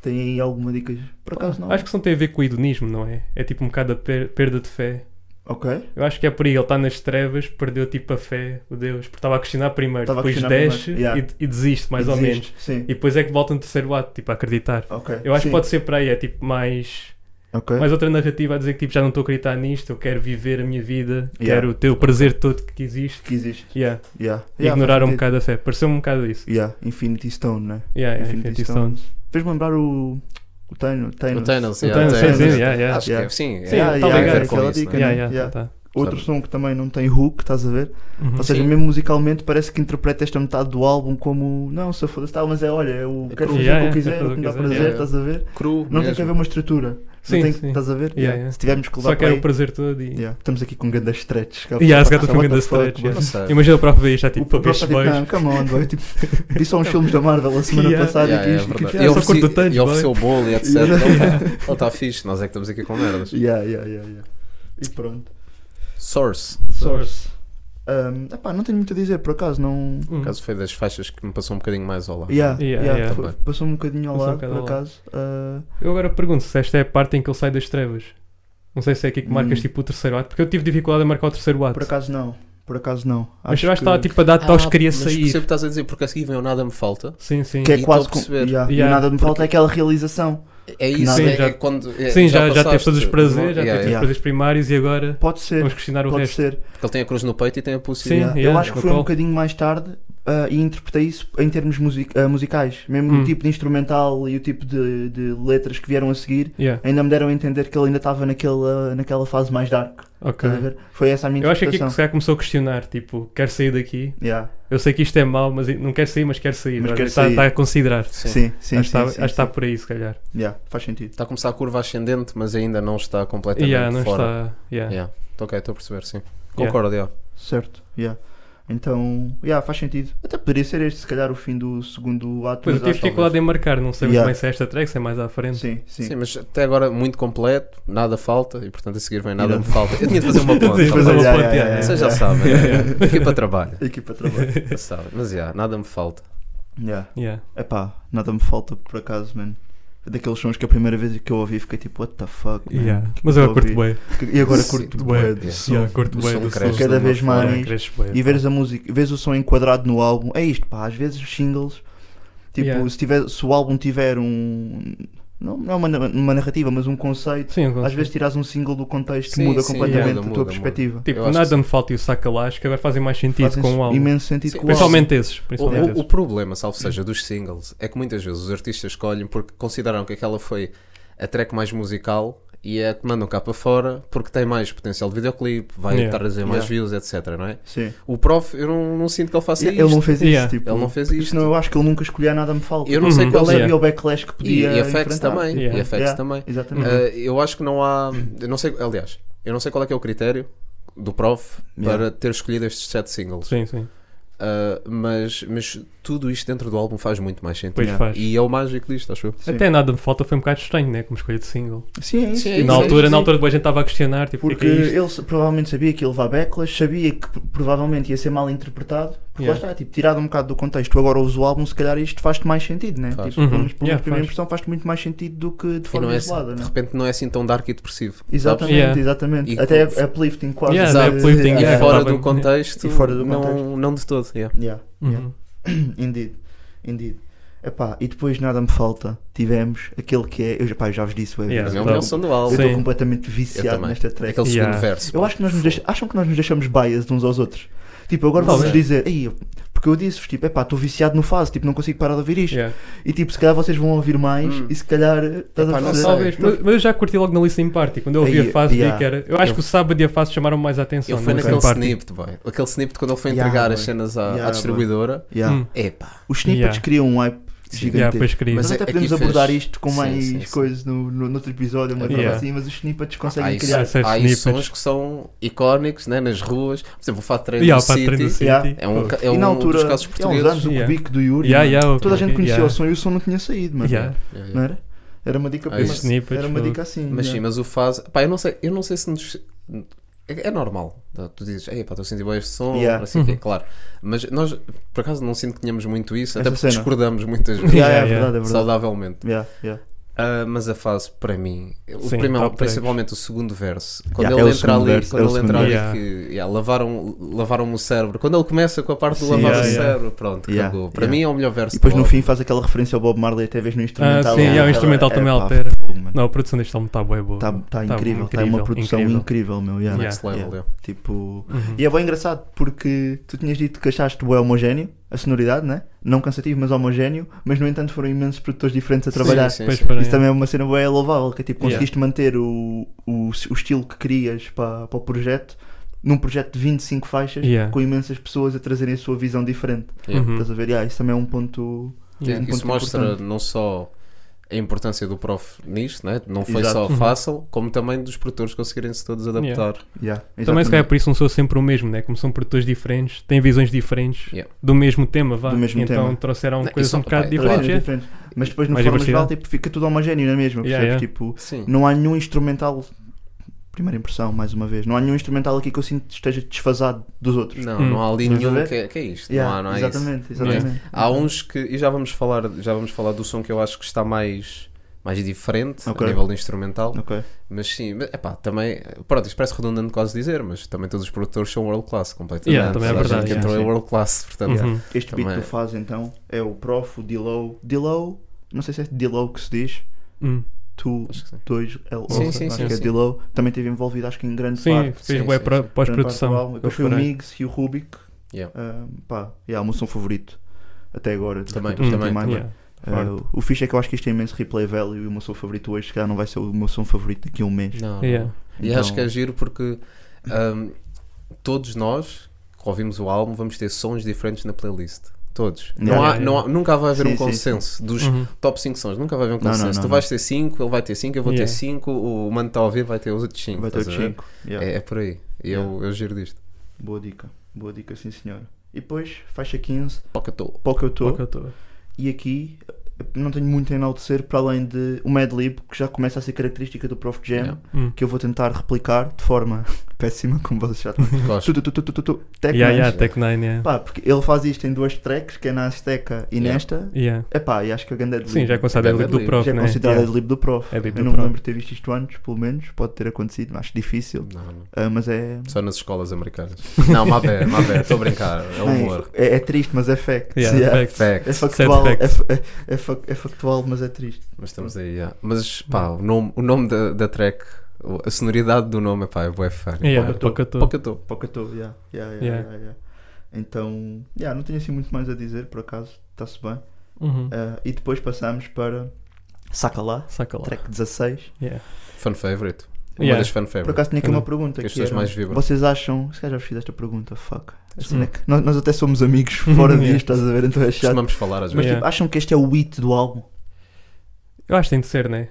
S6: Tem aí alguma dica? Por acaso não?
S8: Acho que isso não tem a ver com o hedonismo, não é? É tipo um bocado a per- perda de fé.
S6: Ok.
S8: Eu acho que é por aí, ele está nas trevas, perdeu tipo a fé, o Deus, porque estava a questionar primeiro,
S6: Tava a
S8: depois
S6: questionar
S8: desce
S6: primeiro, yeah.
S8: e, e desiste, mais
S6: E
S8: ou
S6: desiste,
S8: menos.
S6: Sim.
S8: E depois é que volta no terceiro ato, tipo, a acreditar.
S6: Ok.
S8: Eu acho
S6: sim. É?
S8: que pode ser para aí, é tipo mais,
S6: Ok.
S8: mais outra narrativa a dizer que tipo, já não estou a acreditar nisto, eu quero viver a minha vida,
S6: Yeah.
S8: quero ter o prazer todo que existe.
S6: Que existe.
S8: Yeah.
S6: Yeah.
S8: E
S6: Yeah,
S8: Ignorar
S6: faz
S8: um
S6: sentido.
S8: bocado a fé. Pareceu-me um bocado isso.
S6: Yeah. Infinity Stone, né?
S8: Yeah, é, yeah,
S6: Infinity
S8: Infinity Stones.
S6: Fez-me lembrar o. O Thanos.
S7: O
S6: Thanos.
S7: Thanos,
S8: Então,
S7: yeah,
S8: sim,
S7: Thanos.
S8: sim, yeah, yeah.
S7: Acho que é, sim.
S8: Sim,
S7: é,
S8: tá
S7: tem a
S8: ligado,
S7: ver com
S6: aquela
S7: isso,
S6: dica,
S7: né?
S6: né?
S8: Yeah, yeah,
S6: Yeah.
S8: tá, tá.
S6: Outro
S7: Sabe.
S6: som que também não tem hook, estás a ver?
S8: Uhum.
S6: Ou seja,
S7: Sim.
S6: mesmo musicalmente parece que interpreta esta metade do álbum como não, se foda-se tal, mas é olha, eu
S7: É
S6: quero
S7: cru.
S6: fazer
S8: Yeah,
S6: o que eu
S8: yeah,
S6: quiser,
S8: quero
S6: o que me dá
S8: fazer o
S6: prazer,
S8: que
S7: quiser.
S6: estás a ver?
S7: Cru.
S6: Não tem que
S7: mesmo.
S6: haver uma estrutura.
S8: Sim,
S6: não tem,
S8: sim.
S6: Estás a ver?
S8: Yeah, yeah.
S6: Se tivermos que
S8: Só
S6: levar para
S8: quero
S6: aí-
S8: o prazer todo e...
S6: Yeah. Estamos aqui com grandes stretches. é cá,
S8: Yeah, se calhar
S6: pá,
S8: estou
S6: what
S8: com
S6: the
S8: grandes
S6: fuck,
S8: stretches,
S6: mano.
S7: Não sei.
S8: Imagina o próprio ver isto, já tipo,
S6: O papel está
S8: peixes
S6: tipo,
S8: bois.
S6: não, come on, boy. Tipo, vi só uns filmes da Marvel a semana
S8: Yeah.
S6: passada
S7: Yeah,
S6: e
S7: é
S6: que isto, que isto.
S7: verdade. E
S8: Yeah, só
S7: ofereci-
S8: curto tanto, é?
S7: E ofereceu o bolo e etc. Então,
S6: Yeah.
S7: Ele está fixe, nós é que estamos aqui com merdas.
S6: Yeah, yeah, yeah, yeah. E pronto.
S7: Source,
S6: Source. Um, epá, não tenho muito a dizer, por acaso, não.
S8: Hum.
S7: por acaso foi das faixas que me passou um bocadinho mais ao lado.
S6: Yeah,
S8: Yeah,
S6: yeah,
S8: yeah.
S6: foi- Passou um bocadinho ao
S8: Passou um
S6: lado,
S8: bocado
S6: por
S8: ao lado.
S6: acaso. Uh,
S8: Eu agora pergunto se esta é a parte em que ele sai das trevas. Não sei se é aqui que marcas
S6: Hum.
S8: tipo o terceiro ato, porque eu tive dificuldade a marcar o terceiro ato.
S6: por acaso não. Por acaso não.
S8: mas eu acho que estava tipo a dar tos que queria
S7: Ah, mas
S8: sair.
S7: percebo o que estás a dizer, porque a seguir vem o Nada Me Falta.
S8: Sim, sim.
S6: que é
S7: e
S6: quase
S7: tô a
S6: com,
S7: perceber.
S6: yeah, e
S8: Yeah.
S6: nada me falta é aquela realização.
S7: É isso,
S6: Sim,
S7: é,
S8: já-
S7: é quando. é-
S8: Sim, já, já teve
S7: passaste- tipo,
S8: todos os prazeres, já
S7: Yeah,
S8: teve os
S7: yeah.
S8: prazeres primários e agora
S6: Pode ser,
S8: vamos questionar o
S6: pode
S8: resto.
S6: ser.
S7: Porque ele tem a cruz no peito e tem a pulso.
S8: Sim,
S6: Yeah.
S8: yeah,
S6: eu acho que
S8: eu
S6: foi um
S8: concordo.
S6: bocadinho mais tarde ah, e interpretei isso em termos music- ah, musicais, mesmo
S8: Hum.
S6: o tipo de instrumental e o tipo de, de letras que vieram a seguir.
S8: Yeah,
S6: Ainda me deram a entender que ele ainda estava naquela, naquela fase mais dark.
S8: ok.
S6: Estás a ver? Foi essa a minha
S8: Eu acho que aqui que
S6: interpretação.
S8: se calhar começou a questionar, tipo, quero sair daqui.
S6: Yeah.
S8: Eu sei que isto é mau, mas não quero sair, mas quero sair.
S6: Mas
S8: Olha,
S6: quero
S8: está,
S6: sair.
S8: está a considerar.
S6: Sim, sim, sim.
S8: acho que está-
S6: sim,
S8: acho que está
S6: sim.
S8: por aí, se calhar.
S6: Yeah, faz sentido.
S7: Está a começar a curva ascendente, mas ainda não está completamente
S8: Yeah, não
S7: fora.
S8: está. Yeah.
S7: Yeah. Tô Ok, estou a perceber, sim. Concordo, yeah.
S6: Certo. Yeah. Então, yeah, faz sentido. Até poderia ser este, se calhar, o fim do segundo ato.
S8: Pois eu
S6: mas
S8: tive
S6: acho-
S8: dificuldade em marcar, não sei
S6: Yeah.
S8: como é se é esta track, se é mais à frente.
S6: Sim, sim.
S7: Sim. mas até agora muito completo, nada falta e portanto a seguir vem nada
S6: Nada.
S7: me falta. Eu tinha de fazer uma ponte.
S8: Sim,
S7: tá
S8: fazer
S7: bem?
S8: uma ponte,
S6: Yeah,
S8: é.
S6: yeah,
S8: yeah,
S6: yeah.
S7: Vocês já sabem, né? aqui para trabalho.
S6: é, Equipa de trabalho.
S7: Já sabem. Mas já, nada me falta.
S6: yeah.
S8: yeah.
S6: Epá, nada me falta por acaso, mano. Daqueles sons que a primeira vez que eu ouvi fiquei tipo, what the fuck, man?
S8: Yeah.
S6: Que
S8: Mas
S6: que
S8: agora
S6: eu
S8: curto
S6: ouvi?
S8: bem.
S6: E agora
S7: Sim,
S6: curto
S8: bué.
S6: bué
S7: Yeah.
S6: do som.
S8: Yeah, curto
S7: o
S8: bem
S7: som
S8: do
S7: cresce
S8: som.
S6: Cada
S7: de uma
S6: vez
S7: forma.
S6: mais.
S8: Cresce bué,
S6: E
S8: pá.
S6: veres a música, vês o som enquadrado no álbum, é isto, pá, às vezes os singles, tipo,
S8: Yeah.
S6: se, tiver, se o álbum tiver um. Não, não é uma, na- uma narrativa, mas um conceito,
S8: Sim, eu gosto.
S6: às vezes tiras um single do contexto
S7: Sim,
S6: muda
S7: sim,
S6: completamente
S7: muda,
S6: a
S7: muda,
S6: tua
S7: muda.
S6: perspectiva.
S8: Tipo,
S7: Eu acho
S8: nada me falta e o saca lá, acho que agora fazem mais sentido
S6: Fazem
S8: com o álbum.
S6: imenso sentido com
S7: Sim,
S6: o álbum.
S8: Principalmente esses.
S7: O,
S8: Principalmente
S7: o-
S8: esses.
S7: o problema, salvo seja, dos singles é que muitas vezes os artistas escolhem porque consideram que aquela foi a track mais musical e é que mandam cá para fora porque tem mais potencial de videoclipe, vai
S8: Yeah.
S7: estar a dizer mais
S6: Yeah.
S7: views, etc. Não é?
S6: Sim.
S7: O prof, eu não, não sinto que ele faça
S6: Ele
S7: isto.
S6: não fez isso.
S8: Yeah.
S6: Tipo,
S7: Ele não fez
S6: porque
S7: isto.
S6: Senão eu acho que ele nunca escolhia nada me falta.
S7: Eu não sei
S8: Uhum.
S7: qual
S6: Ele
S7: é.
S8: Yeah.
S6: havia o backlash que
S7: E,
S6: podia.
S7: e effects
S6: enfrentar.
S7: também.
S8: Yeah.
S7: E effects
S6: Yeah,
S7: também.
S6: Exatamente.
S7: Ah, eu acho que não há. Eu não sei, aliás, eu não sei qual é que é o critério do prof
S6: Yeah.
S7: para ter escolhido estes sete singles.
S8: Sim, sim.
S7: Ah, mas, mas tudo isto dentro do álbum faz muito mais sentido.
S8: Pois
S6: Yeah.
S8: faz.
S7: E é o mágico disto, acho eu.
S6: Sim.
S8: Até nada me falta foi um bocado estranho, né? Como escolha de single.
S6: Sim, é isso.
S7: Sim, é
S6: é
S7: isso,
S8: na
S6: isso,
S8: altura,
S6: é
S8: na
S6: isso.
S8: altura, depois a gente estava a questionar, tipo,
S6: Porque
S8: porque é que é isto?
S6: ele se- provavelmente sabia que ele levar backlash, sabia que p- provavelmente ia ser mal interpretado, porque
S8: Yeah.
S6: lá está, tipo, tirado um bocado do contexto, agora ouves o álbum, se calhar isto faz-te mais sentido, né?
S7: Faz.
S6: Tipo, pelo
S8: Uhum.
S6: menos pela
S8: Yeah,
S6: primeira
S8: faz.
S6: impressão faz-te muito mais sentido do que de
S7: E
S6: forma
S7: não é, assim-
S6: isolada,
S7: de
S6: né?
S7: repente não é assim tão dark e depressivo.
S6: Exatamente,
S8: Yeah.
S6: exatamente.
S7: E
S6: Até
S7: com-
S6: uplifting quase.
S8: Yeah,
S6: Exato.
S8: é uplifting,
S7: E
S8: Yeah.
S7: fora
S8: Tava-
S7: do contexto,
S6: E fora do
S7: não,
S6: contexto.
S7: não de todo. yeah.
S6: Yeah. Yeah.
S8: Uhum.
S6: Indeed, indeed. Epá, e depois nada me falta. Tivemos aquele que é. Eu já, pá, eu já vos disse, eu,
S8: Yeah,
S7: É o
S8: Então,
S7: melhor som do
S6: eu
S7: álbum.
S8: sim.
S6: estou completamente viciado
S7: também.
S6: nesta track.
S7: Aquele segundo
S8: Yeah.
S7: verso.
S6: Eu acho que nós nos deixa- acham que nós nos deixamos biased uns aos outros. Tipo, agora
S8: Não
S6: vamos
S8: sei.
S6: dizer, Ei, eu- porque eu disse-vos, tipo, epá, estou viciado no fase, tipo, não consigo parar de ouvir isto.
S8: Yeah.
S6: E tipo, se calhar vocês vão ouvir mais
S7: Hum.
S6: e se calhar eh, estás
S7: Epá,
S6: a
S7: não
S6: perceber?
S7: sei.
S8: Talvez, mas, mas eu já curti logo na Listen Party. Quando eu ouvi
S6: Aí,
S8: a fase, vi
S6: yeah.
S8: que era. Eu acho
S7: Eu-
S8: que o sábado e a fase chamaram mais a atenção.
S7: Ele foi
S8: na
S7: naquele
S8: Listening Party.
S7: snippet, boy. Aquele snippet quando ele foi
S6: Yeah,
S7: entregar as
S6: boy.
S7: cenas à, à
S6: Yeah, boy.
S7: distribuidora.
S6: Yeah.
S8: Hum.
S7: Epá.
S6: Os snippets
S8: Yeah.
S6: criam um hype gigantesco.
S8: Yeah, depois queria.
S6: Mas,
S7: Mas é
S6: até
S7: aqui
S6: podemos
S7: fez-
S6: abordar isto com
S7: sim,
S6: mais
S7: sim, sim.
S6: coisas no, no, noutro episódio, uma coisa
S8: Yeah.
S6: assim, mas os snippets conseguem
S7: Há, aí,
S6: criar.
S8: Sim,
S7: há aí
S8: snippets.
S7: sons que são icónicos né, nas ruas. Por exemplo, o Fat Train
S8: Yeah,
S7: é do
S8: para treinar
S7: City.
S8: o City.
S6: Yeah.
S7: É um, ca- é
S6: e
S7: um
S6: na altura,
S7: dos casos
S6: há uns
S7: portugueses.
S6: anos, o
S8: Yeah.
S6: cubico do Yuri.
S8: Yeah,
S6: mano.
S8: yeah,
S6: Toda a
S8: ok,
S6: gente conhecia
S8: yeah.
S6: o som e o som não tinha saído, mano.
S8: Yeah.
S7: Yeah, yeah.
S6: Não era? Era uma dica
S7: Ah,
S6: para
S7: isso.
S8: Snippets,
S6: Era uma
S8: tudo.
S6: dica assim.
S7: É. Mas
S6: yeah.
S7: sim, mas o faz. Pá, eu não sei, eu não sei se nos. É é normal. tá? Tu dizes, ei, pá, estou a sentir bem este som,
S6: Yeah.
S7: não sei o quê, claro. Mas nós, por acaso, não sinto que tínhamos muito isso, até
S6: Essa
S7: porque
S6: cena.
S7: discordamos muitas vezes,
S6: Yeah, é
S8: Yeah, yeah.
S6: verdade, é verdade.
S7: saudavelmente.
S6: Yeah, yeah.
S7: Ah, mas a fase, para mim, o
S8: Sim,
S7: primeiro-
S8: top tracks.
S7: principalmente o segundo verso, quando
S6: Yeah,
S7: ele
S6: é o
S7: entra
S6: segundo
S7: ali,
S6: verso,
S7: quando
S6: é o
S7: ele
S6: segundo
S7: entra ali,
S8: verso.
S7: que yeah, lavaram- lavaram-me o cérebro. Quando ele começa com a parte do
S6: Sim,
S7: lavar
S8: yeah,
S7: o
S8: yeah.
S7: cérebro, pronto,
S6: Yeah,
S7: acabou. Para
S6: yeah.
S7: mim é o melhor verso.
S6: E depois
S7: do
S6: no
S7: álbum.
S6: fim faz aquela referência ao Bob Marley, até vez no instrumental.
S8: Ah, sim, yeah, o
S6: Aquela-
S8: instrumental também
S6: epá,
S8: altera.
S6: fogo, mano.
S8: Não, a produção deste álbum está boa, Uhum. boa.
S6: Tá, tá incrível, está uma produção incrível, meu. Yeah.
S7: Next
S6: Yeah.
S7: level,
S6: Tipo,
S8: Uhum.
S6: E é bem engraçado porque tu tinhas dito que achaste bem homogéneo, a sonoridade, né? Não cansativo, mas homogéneo, mas no entanto foram imensos produtores diferentes a trabalhar.
S7: Sim,
S8: Pois
S7: sim, sim.
S8: para
S6: Isso também é uma cena bem louvável, que é tipo,
S8: Yeah.
S6: conseguiste manter o, o, o estilo que querias para, para o projeto, num projeto de 25 faixas,
S8: Yeah.
S6: com imensas pessoas a trazerem a sua visão diferente.
S7: Yeah.
S8: Uhum.
S6: Estás a ver? Yeah, isso também é um ponto.
S8: Yeah.
S6: um
S7: Isso
S6: ponto
S7: mostra
S6: importante.
S7: não só a importância do prof nisto, né? não foi
S6: Exato.
S7: só
S8: Uhum.
S7: façam, como também dos produtores conseguirem-se todos adaptar.
S6: Yeah,
S8: Também se calhar é
S6: exatamente.
S8: por isso não sou sempre o mesmo, né? Como são produtores diferentes, têm visões diferentes
S7: Yeah.
S8: do mesmo tema, vá.
S6: Do mesmo
S8: então
S6: tema.
S8: trouxeram
S7: Não, e
S8: coisas
S7: só-
S8: um bocado
S7: pá,
S8: diferentes.
S6: Claro,
S8: é?
S6: diferentes. Mas depois, na
S8: Mais
S6: forma geral,
S8: diversidade.
S6: tipo, fica tudo homogéneo, não é mesmo?
S8: Yeah,
S6: Percebes?
S8: yeah.
S6: Tipo,
S7: Sim.
S6: não há nenhum instrumental. Primeira impressão, mais uma vez. Não há nenhum instrumental aqui que eu sinto que esteja desfasado dos outros.
S7: Não,
S8: Hum.
S7: não há ali
S6: Estás a
S7: nenhum
S6: ver?
S7: que é, que é isto.
S6: Yeah,
S7: não há, não há isso.
S6: exatamente,
S7: Não é isso.
S6: exatamente.
S7: Há uns que, e já vamos falar, já vamos falar do som que eu acho que está mais, mais diferente
S6: Ok.
S7: a nível do instrumental,
S6: Ok.
S7: mas sim, mas, epá, também, pronto, isto parece redundante quase dizer, mas também todos os produtores são world class completamente.
S8: Yeah, também é
S7: Toda a gente
S8: verdade,
S7: que
S8: yeah,
S7: entrou
S6: sim.
S7: é world class, portanto,
S8: Uhum.
S6: Este beat
S7: Também-
S6: que tu fazes então é o Prof, o Dilow. Dilow, não sei se é Dilow que se diz.
S8: Hum.
S6: Tu,
S7: acho que sim.
S6: dois, L,
S7: Sim,
S6: acho
S7: sim, sim,
S6: que é
S7: sim.
S6: Dilow. Também esteve envolvido, acho que em grande
S8: Sim,
S6: parte.
S8: fez
S7: Sim,
S8: boa
S7: sim,
S6: grande
S7: sim.
S6: parte do
S8: pós-produção.
S6: álbum. Depois foi o
S8: reparei.
S6: Migs e o Rubik.
S7: Yeah.
S6: Ah, pá, yeah, o meu som favorito até agora. de
S7: Também,
S6: todos os
S8: também,
S6: últimos anos.
S8: Yeah.
S6: Ah, o fixe é que eu acho que isto é imenso replay value e o meu som favorito hoje, se calhar não vai ser o meu som favorito daqui a um mês.
S7: Não, não,
S8: Yeah.
S7: E
S6: Então-
S7: acho que é giro porque hum, todos nós que ouvimos o álbum vamos ter sons diferentes na playlist. Todos. Não
S6: Yeah,
S7: há-
S8: yeah,
S7: não há- nunca vai haver
S6: Sim,
S7: um
S6: sim,
S7: consenso dos
S8: Uhum.
S7: top 5 sons. Nunca vai haver um
S6: Não, não,
S7: consenso.
S6: não,
S7: tu vais ter 5, ele vai ter 5, eu vou
S8: Yeah.
S7: ter 5, o mano que está a ouvir vai ter os outros 5.
S6: Vai ter outros 5. Yeah.
S7: É, é por aí. E eu, eu giro disto.
S6: Boa dica, boa dica, sim senhora. E depois, faixa 15,
S7: Poca tô.
S6: para o que eu
S8: Qual que
S6: estou.
S8: eu tô?
S6: E aqui não tenho muito a enaltecer para além de o Mad Lib, que já começa a ser característica do Prof Jam,
S7: Yeah.
S8: Hum.
S6: que eu vou tentar replicar de forma péssima, como vocês já estão.
S7: Gosto.
S6: Tu, tu, tu, tu, tu, tu, Tech
S8: Yeah,
S6: Nines.
S8: yeah, Tech Nine, yeah.
S6: Pá, porque ele faz isto em duas tracks, que é na Azteca e
S7: Yeah.
S6: nesta.
S8: Yeah.
S6: Epá, e acho que a grande
S8: Sim, já é considerado
S7: Adlib.
S8: adlib do prof,
S6: Já é
S8: né?
S6: considerado
S8: Yeah.
S6: adlib do prof.
S8: Adlib
S6: eu
S8: do
S6: não me
S8: prof.
S6: lembro de ter visto isto antes, pelo menos. Pode ter acontecido, acho difícil.
S7: Não, não.
S6: Ah, mas é.
S7: Só nas escolas americanas. Não, má fé, má fé. Estou a brincar. É
S6: Bem,
S7: humor.
S6: é, é triste, mas é fact.
S8: Yeah,
S6: Yeah.
S8: facts.
S7: Fact.
S6: É factual, é,
S8: Sad
S6: fa- é, é, fa- é factual, mas é triste.
S7: Mas estamos aí, yeah. Mas pá, o nome, o nome da, da track, o- a sonoridade do nome pá, é bué fã.
S8: Yeah, Pocató.
S6: Pocató.
S7: Pocató.
S6: Pocató, yeah. Yeah, yeah,
S8: Yeah.
S6: yeah, yeah. Então, yeah, não tenho assim muito mais a dizer, por acaso, está-se bem.
S8: Uhum.
S6: Ah, e depois passamos para Saca lá.
S8: Saca lá.
S6: Track 16.
S8: Yeah.
S7: Fan favorite. Uma
S8: Yeah.
S7: das fan
S6: Por
S7: favorite.
S6: acaso tinha aqui
S8: Não.
S6: uma pergunta.
S7: Que É as
S6: que
S7: pessoas
S6: era,
S7: mais vibram.
S6: Vocês acham. Se calhar já vos fiz esta pergunta, fuck. A cena
S8: Hum.
S6: é que nós, nós até somos amigos fora
S8: Yeah.
S6: disto, estás a ver? Então é chato.
S7: Costumamos falar
S6: Mas
S7: às vezes.
S8: Yeah.
S6: tipo, acham que este é o hit do álbum?
S8: Eu acho que tem de ser, né?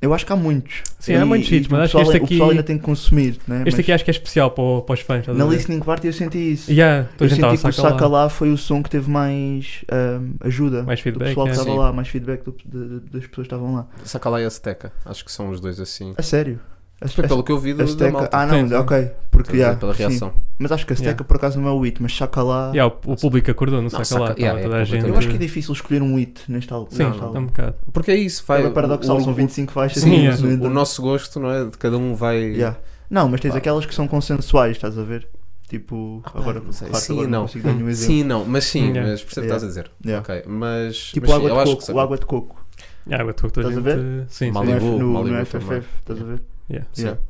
S6: Eu acho que há muitos.
S8: Sim, há muitos hits,
S6: tipo,
S8: mas
S6: o
S8: acho que
S6: pessoal-
S8: este
S6: O pessoal
S8: aqui-
S6: ainda tem que consumir, né?
S8: Este
S6: Mas
S8: aqui acho que é especial para, o- para os fãs. estás a
S6: Na
S8: ver?
S6: listening party eu senti isso.
S8: Yeah, estou a
S6: Eu
S8: gente tava,
S6: senti que o
S8: saca lá.
S6: Saca Lá foi o som que teve mais ahm, ajuda
S8: Mais
S6: do
S8: feedback,
S6: pessoal
S8: é.
S6: que estava
S7: Sim.
S6: lá, mais feedback do- de- de- das pessoas que estavam lá.
S7: Saca lá e Azteca. Acho que são os dois assim.
S6: A sério. A,
S7: Mas Pelo que eu
S6: a-
S7: vi
S6: a
S7: do, da
S6: Azteca-
S7: malta.
S6: Ah, não,
S8: Sim, sim.
S6: ok. Porque, yeah,
S7: pela
S6: sim.
S7: reação.
S6: Mas acho que a Azteca
S8: Yeah.
S6: por acaso não é o hit, mas Saca Lá.
S8: Yeah, o, o público acordou, não,
S7: Não,
S8: saca lá.
S7: saca- yeah,
S8: tava
S7: é
S8: toda a gente.
S6: Eu acho que é difícil escolher um hit neste álbum.
S8: Sim,
S6: neste
S8: está
S6: álbum.
S8: um bocado.
S7: Porque é isso. Vai,
S6: É bem paradoxal,
S7: o-
S6: são
S7: o-
S6: 25 faixas.
S8: Sim, é.
S6: mas
S8: yeah.
S6: no
S7: O
S6: entanto-
S7: nosso gosto, não é? De cada um vai.
S6: Yeah. Não, mas tens
S7: Pá.
S6: aquelas que são consensuais, estás a ver? Tipo,
S7: Ah, pá,
S6: agora,
S7: não sei.
S6: claro que
S7: Sim,
S6: agora
S7: não.
S6: consigo dar nenhum exemplo.
S7: Sim, não, mas sim,
S8: Yeah.
S7: mas percebo o que
S6: Yeah.
S7: estás a dizer.
S6: Yeah.
S7: Ok, mas.
S6: Tipo
S7: mas
S6: o
S7: sim,
S6: água,
S7: eu acho
S6: de
S7: que
S6: coco,
S7: saca-
S6: o água de coco.
S8: Yeah, eu tô- toda a
S6: Estás a
S8: gente- Sim,
S7: Mal-
S8: sim.
S7: Malibu,
S6: no, no, no
S7: Malibu
S6: FFF,
S7: também.
S6: estás a ver?
S8: Yeah.
S7: Sim.
S6: Yeah.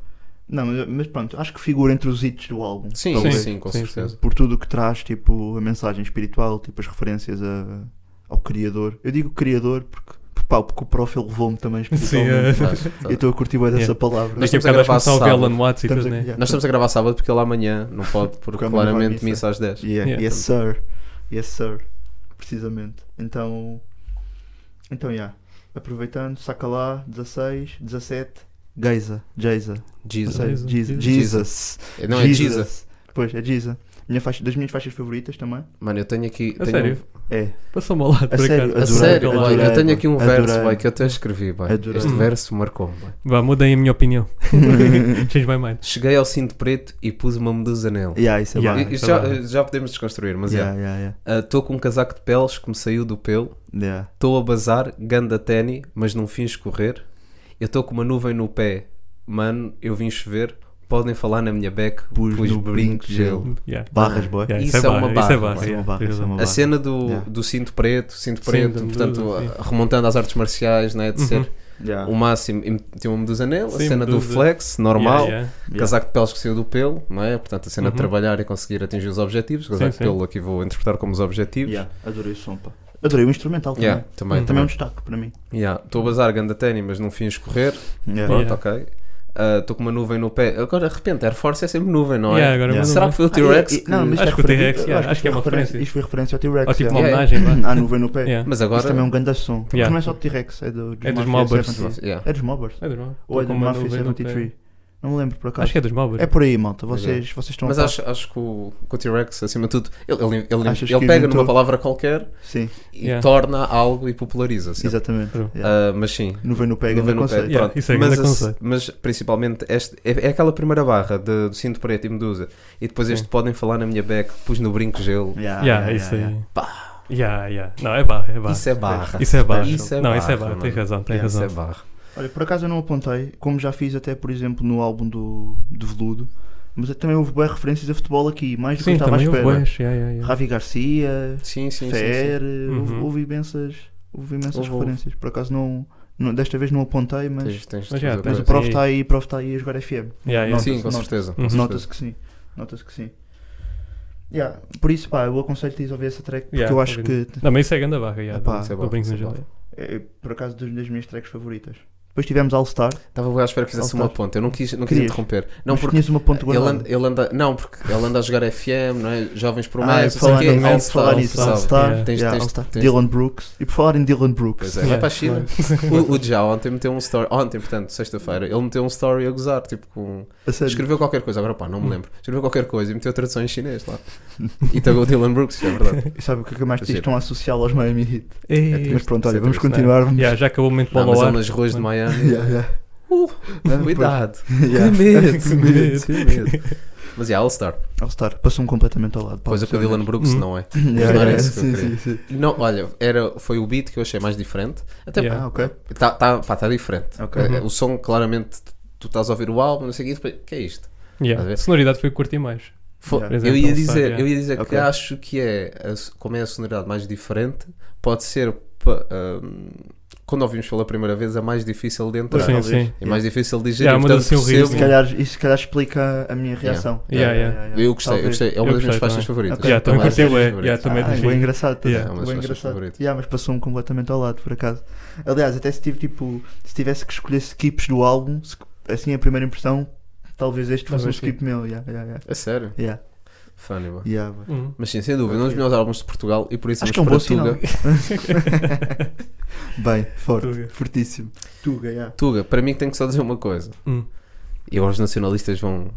S6: Não, mas, mas pronto, acho que figura entre os hits do álbum.
S7: Sim, sim,
S8: Sim,
S7: com
S8: sim,
S7: certeza.
S6: Por tudo o que traz, tipo, a mensagem espiritual, tipo, as referências a- ao Criador. Eu digo Criador porque, pá, porque o prof ele levou-me também
S8: Sim,
S6: espiritualmente.
S8: eh,
S7: Acho que tá.
S6: Eu estou a curtir bem dessa
S8: Yeah.
S6: palavra.
S7: Nós
S8: Daqui a
S7: estamos a
S8: bocado vais
S7: gravar
S8: começar a
S7: sábado.
S8: vê-la no WhatsApp e
S6: Estamos
S8: tudo,
S6: a-
S8: né?
S6: yeah.
S7: Nós estamos a gravar sábado porque ele amanhã não pode, porque
S6: Porque amanhã vai
S7: claramente
S6: missa.
S7: missa às 10.
S6: Yeah,
S8: Yeah.
S6: Yes, sir. Yes, sir. Precisamente. Então, então, já. Aproveitando, saca lá, 16, 17, Geisa, Geisa. Não
S7: Jesus.
S6: sei,
S8: Jesus.
S6: Jesus. Jesus.
S7: Não é
S6: Jesus.
S7: Jesus.
S6: Pois, é Giza. Minha faixa, das minhas faixas favoritas também.
S7: Mano, eu tenho aqui.
S8: A
S7: tenho
S8: sério?
S7: um-
S6: É,
S8: Passou-me ao lado,
S6: A
S8: por
S6: sério,
S7: A
S8: acaso.
S6: Adorei,
S7: sério, boy,
S6: adorei,
S7: eu tenho aqui um
S6: adorei.
S7: verso boy, que eu até escrevi. boy.
S6: Adorei.
S7: Este verso marcou-me. boy.
S8: Vá, mudem a minha opinião. Change my mind.
S7: Cheguei ao cinto preto e pus uma medusa nele.
S6: yeah, isso é
S8: Yeah,
S6: bom.
S7: I-
S8: tá
S7: isto já,
S8: bem.
S7: já podemos desconstruir, mas
S6: Yeah,
S7: é.
S6: yeah, yeah.
S7: Estou com um casaco de peles que me saiu do pelo.
S6: yeah.
S7: Estou a bazar, ganda teni, mas não fins correr. Eu estou com uma nuvem no pé, mano, eu vim chover. Podem falar na minha beck,
S6: Pus no brinco gelo.
S8: Yeah.
S6: Barras, boy.
S8: Yeah,
S7: Isso é uma
S8: Isso é
S7: barra,
S8: barra.
S6: Isso é uma
S8: yeah,
S6: barra,
S8: tens
S6: isso é
S8: razão.
S6: uma
S7: A
S6: barra.
S7: cena do,
S6: Yeah.
S7: do cinto preto, cinto
S8: Sim,
S7: preto,
S8: da medusa,
S7: portanto,
S8: sim. Uhum.
S7: a- remontando às artes marciais, né, de ser
S6: Yeah.
S7: o máximo. E Tinha uma medusa nele, a
S8: Sim,
S7: cena do
S8: medusa.
S7: flex, normal,
S8: Yeah, yeah.
S6: Yeah.
S7: casaco de peles que saiu do pelo, não é? Portanto, a cena de
S8: Uhum.
S7: trabalhar e conseguir atingir os objetivos. Casaco de
S8: sim.
S7: pelo aqui vou interpretar como os objetivos.
S6: Yeah, Adorei o som, pá. Adorei o instrumental também.
S8: Uhum.
S7: Yeah, também,
S6: Também é um
S7: também.
S6: destaque para mim.
S7: Yeah, Estou a bazar, ganda teni, mas não fins correr.
S6: Yeah.
S7: Pronto,
S8: Yeah.
S7: ok. Estou com uma nuvem no pé. Agora, de repente, Air Force é sempre nuvem, não é?
S8: Yeah, agora
S6: Yeah.
S8: manda
S7: Será
S8: uma-
S7: que foi
S6: Ah,
S7: o
S6: e-
S7: T-Rex?
S6: e- não, mas
S7: que-
S8: Acho
S6: isto
S8: que o T-Rex,
S6: eu
S8: yeah,
S6: acho
S8: acho que é uma
S6: foi
S8: referência.
S6: Isto foi referência ao T-Rex.
S8: Ou tipo uma
S6: yeah.
S7: Yeah.
S8: homenagem, vá.
S6: Há nuvem no pé.
S8: Yeah.
S7: Mas
S6: Isso
S7: agora.
S6: também é um grande som. Porque
S8: Yeah.
S6: Não é só do T-Rex, é do, dos
S8: É dos
S6: Mafia
S8: Mobbers.
S6: 73.
S7: Yeah.
S6: É dos Mobbers.
S8: É dos Mob.
S6: Ou é
S8: Tô
S6: do
S8: com uma
S6: Mafia
S8: nuvem no pé.
S6: 73. Não me lembro por acaso.
S8: Acho que é dos Mob.
S6: É por aí, malta. Vocês, vocês estão
S7: Mas
S6: a par.
S7: acho, acho que o, que o T-Rex, acima de tudo, ele, ele, ele,
S6: Achas
S7: ele
S6: que
S7: pega
S6: inventou?
S7: numa palavra qualquer
S6: Sim,
S7: e
S8: Yeah.
S7: torna algo e populariza. sempre.
S6: exatamente.
S8: True.
S6: Yeah.
S7: Ah, mas sim.
S6: Nuvem no pé,
S7: nuvem
S6: grande
S7: no pé,
S6: conceito.
S8: Yeah,
S7: pronto.
S8: isso é
S7: mas,
S8: grande
S7: esse-
S8: conceito.
S7: mas principalmente este, é, é aquela primeira barra de- do cinto preto e medusa. E depois este podem falar na minha beck, pus no brinco gelo.
S6: Yeah,
S8: Yeah, é
S6: yeah,
S8: isso
S6: yeah, yeah.
S8: aí. Yeah, yeah. Não, é barra, é barra.
S7: Isso é barra.
S8: Isso é barra.
S7: Isso é
S8: Não, isso é
S7: barra,
S8: barra.
S7: mano.
S8: Tens razão, tens
S7: Isso
S8: razão.
S7: é barra.
S6: Olha, por acaso eu não apontei, como já fiz até, por exemplo, no álbum do, do Veludo. Mas é também houve boas referências a futebol aqui, mais do que eu
S8: Sim,
S6: estava à
S8: também houve
S6: espera.
S8: boas. Yeah, yeah, yeah.
S6: Ravi Garcia,
S7: Sim, sim, sim, sim.
S6: Fer, houve,
S8: Uhum.
S6: houve imensas, houve imensas
S7: Houve, houve.
S6: referências. Por acaso não, não- desta vez não apontei, mas,
S7: Tens, tens de
S8: Mas já,
S7: fazer
S8: tens
S6: mas
S7: coisa.
S6: o prof
S8: Sim.
S6: está aí, o prof está aí a jogar FM.
S8: Yeah, yeah.
S6: Nota-se,
S7: Sim, com
S6: nota-se.
S7: certeza. com
S8: Uhum.
S7: certeza.
S6: Nota-se que sim. Nota-se que sim. Yeah, Por isso, pá, eu aconselho-te a ir ouvir essa track porque
S8: Yeah,
S6: eu acho
S8: ouvindo.
S6: que
S8: Não, mas isso é grande barra. yeah,
S6: Epá,
S8: do-
S7: isso é
S8: do
S7: barra,
S8: Brinco
S7: isso é
S8: no Gelo.
S7: barra.
S6: é, por acaso das, das minhas tracks favoritas. Depois tivemos All Star,
S7: Estava à espera que fizesse
S6: Não
S7: uma ponta. Eu não quis, não quis
S6: Querias?
S7: interromper. Não,
S6: não, mas
S7: porque
S6: tinhas uma ponte
S7: ele
S6: guardada.
S7: anda, ele anda- Não, porque ele anda a jogar FM, não é? Jovens
S6: Ah, é,
S7: promessas.
S6: falar
S7: sei o quê,
S6: nisso, é,
S7: All-Star,
S6: falar nisso,
S7: All-Star.
S6: All
S8: All-Star.
S6: Star,
S8: Yeah.
S7: Tens-
S6: yeah,
S7: tens-
S6: All Star.
S7: tens-
S6: Dylan Brooks. E por falar em Dylan Brooks,
S7: Pois é, vai
S8: Yeah.
S7: para a China. O, o Já ontem meteu um story. Ontem, portanto, sexta-feira, ele meteu um story a gozar, tipo com.
S6: a sério,
S7: Escreveu qualquer coisa, agora pá, não
S6: Hum.
S7: me lembro. Escreveu qualquer coisa e meteu tradução em chinês lá. E tagou o Dylan Brooks, é verdade.
S6: e sabe o que é que mais
S7: Pois
S6: te
S7: é.
S6: estão a associá-lo aos Miami Heat?
S8: Ei,
S6: Mas pronto, olha,
S7: Isso é
S6: vamos
S7: triste,
S6: continuar. Vamos...
S8: yeah, Já acabou o momento
S7: Não,
S8: para
S7: mas
S8: o
S7: ele
S8: ar.
S7: nas ruas de Miami.
S6: Yeah, yeah.
S7: Uh,
S6: Não,
S7: cuidado.
S6: pois- yeah.
S7: Que medo,
S8: Que medo.
S7: que medo. Mas é All-Star.
S6: All Star, passou-me completamente ao lado. pá,
S7: Coisa que o Dylan Brooks
S8: Hum.
S7: não é.
S6: Yeah,
S7: Não era
S6: yeah,
S7: isso que eu
S6: sim,
S7: queria.
S6: sim, sim.
S7: Não, olha, era, foi o beat que eu achei mais diferente. Até
S8: Yeah.
S6: Ah, ok.
S7: Está tá, pá, tá diferente.
S6: Ok.
S7: É, O som, claramente, tu estás a ouvir o álbum, não sei o quê, e depois, que é isto?
S8: Yeah.
S7: Estás a ver?
S8: Sonoridade foi o que curti mais.
S7: Fo-
S6: Yeah.
S7: Eu
S8: Exemplo,
S7: ia
S8: só,
S7: dizer,
S8: é yeah.
S7: eu ia dizer que
S6: Ok.
S7: acho que é, a s- como é a sonoridade mais diferente, pode ser pa- ahm, quando ouvimos pela primeira vez, é mais difícil de entrar.
S8: Sim,
S6: talvez.
S8: sim.
S7: É mais difícil de digerir.
S8: Yeah, mas
S7: portanto,
S8: assim o
S7: percebo-
S8: ritmo-
S6: Se calhar, isso se calhar explica a minha reação.
S8: Yeah, yeah.
S7: Eu gostei, eu
S6: Talvez.
S7: gostei. É uma
S8: Eu
S7: das minhas
S8: gostei
S7: faixas
S8: também.
S7: favoritas.
S6: Yeah,
S7: É uma das
S8: também
S7: minhas
S8: curti, é.
S7: favoritas.
S8: Yeah, também
S6: Ah, é
S8: prefiro.
S6: bem engraçado. tá?
S8: Yeah,
S7: é uma das
S6: bem
S7: faixas
S6: engraçado.
S7: favoritas.
S6: Yeah, mas passou-me completamente ao lado, por acaso. Aliás, até se tive, tipo, se tivesse que escolher skips do álbum, se- assim a primeira impressão, talvez este fosse um
S8: Talvez sim.
S6: skip meu. Yeah, yeah, yeah.
S7: É sério.
S6: Yeah,
S7: Funny, mano.
S6: yeah, bro.
S8: Hum.
S7: Mas sim, sem dúvida, um dos melhores álbuns de Portugal e por isso
S6: Acho
S7: vamos
S6: que é um
S7: para
S6: bom sinal.
S7: Tuga.
S6: Bem, forte,
S8: Tuga.
S6: fortíssimo. Tuga, yeah.
S7: Tuga, para mim tenho que só dizer uma coisa.
S8: Hum.
S7: E agora os nacionalistas vão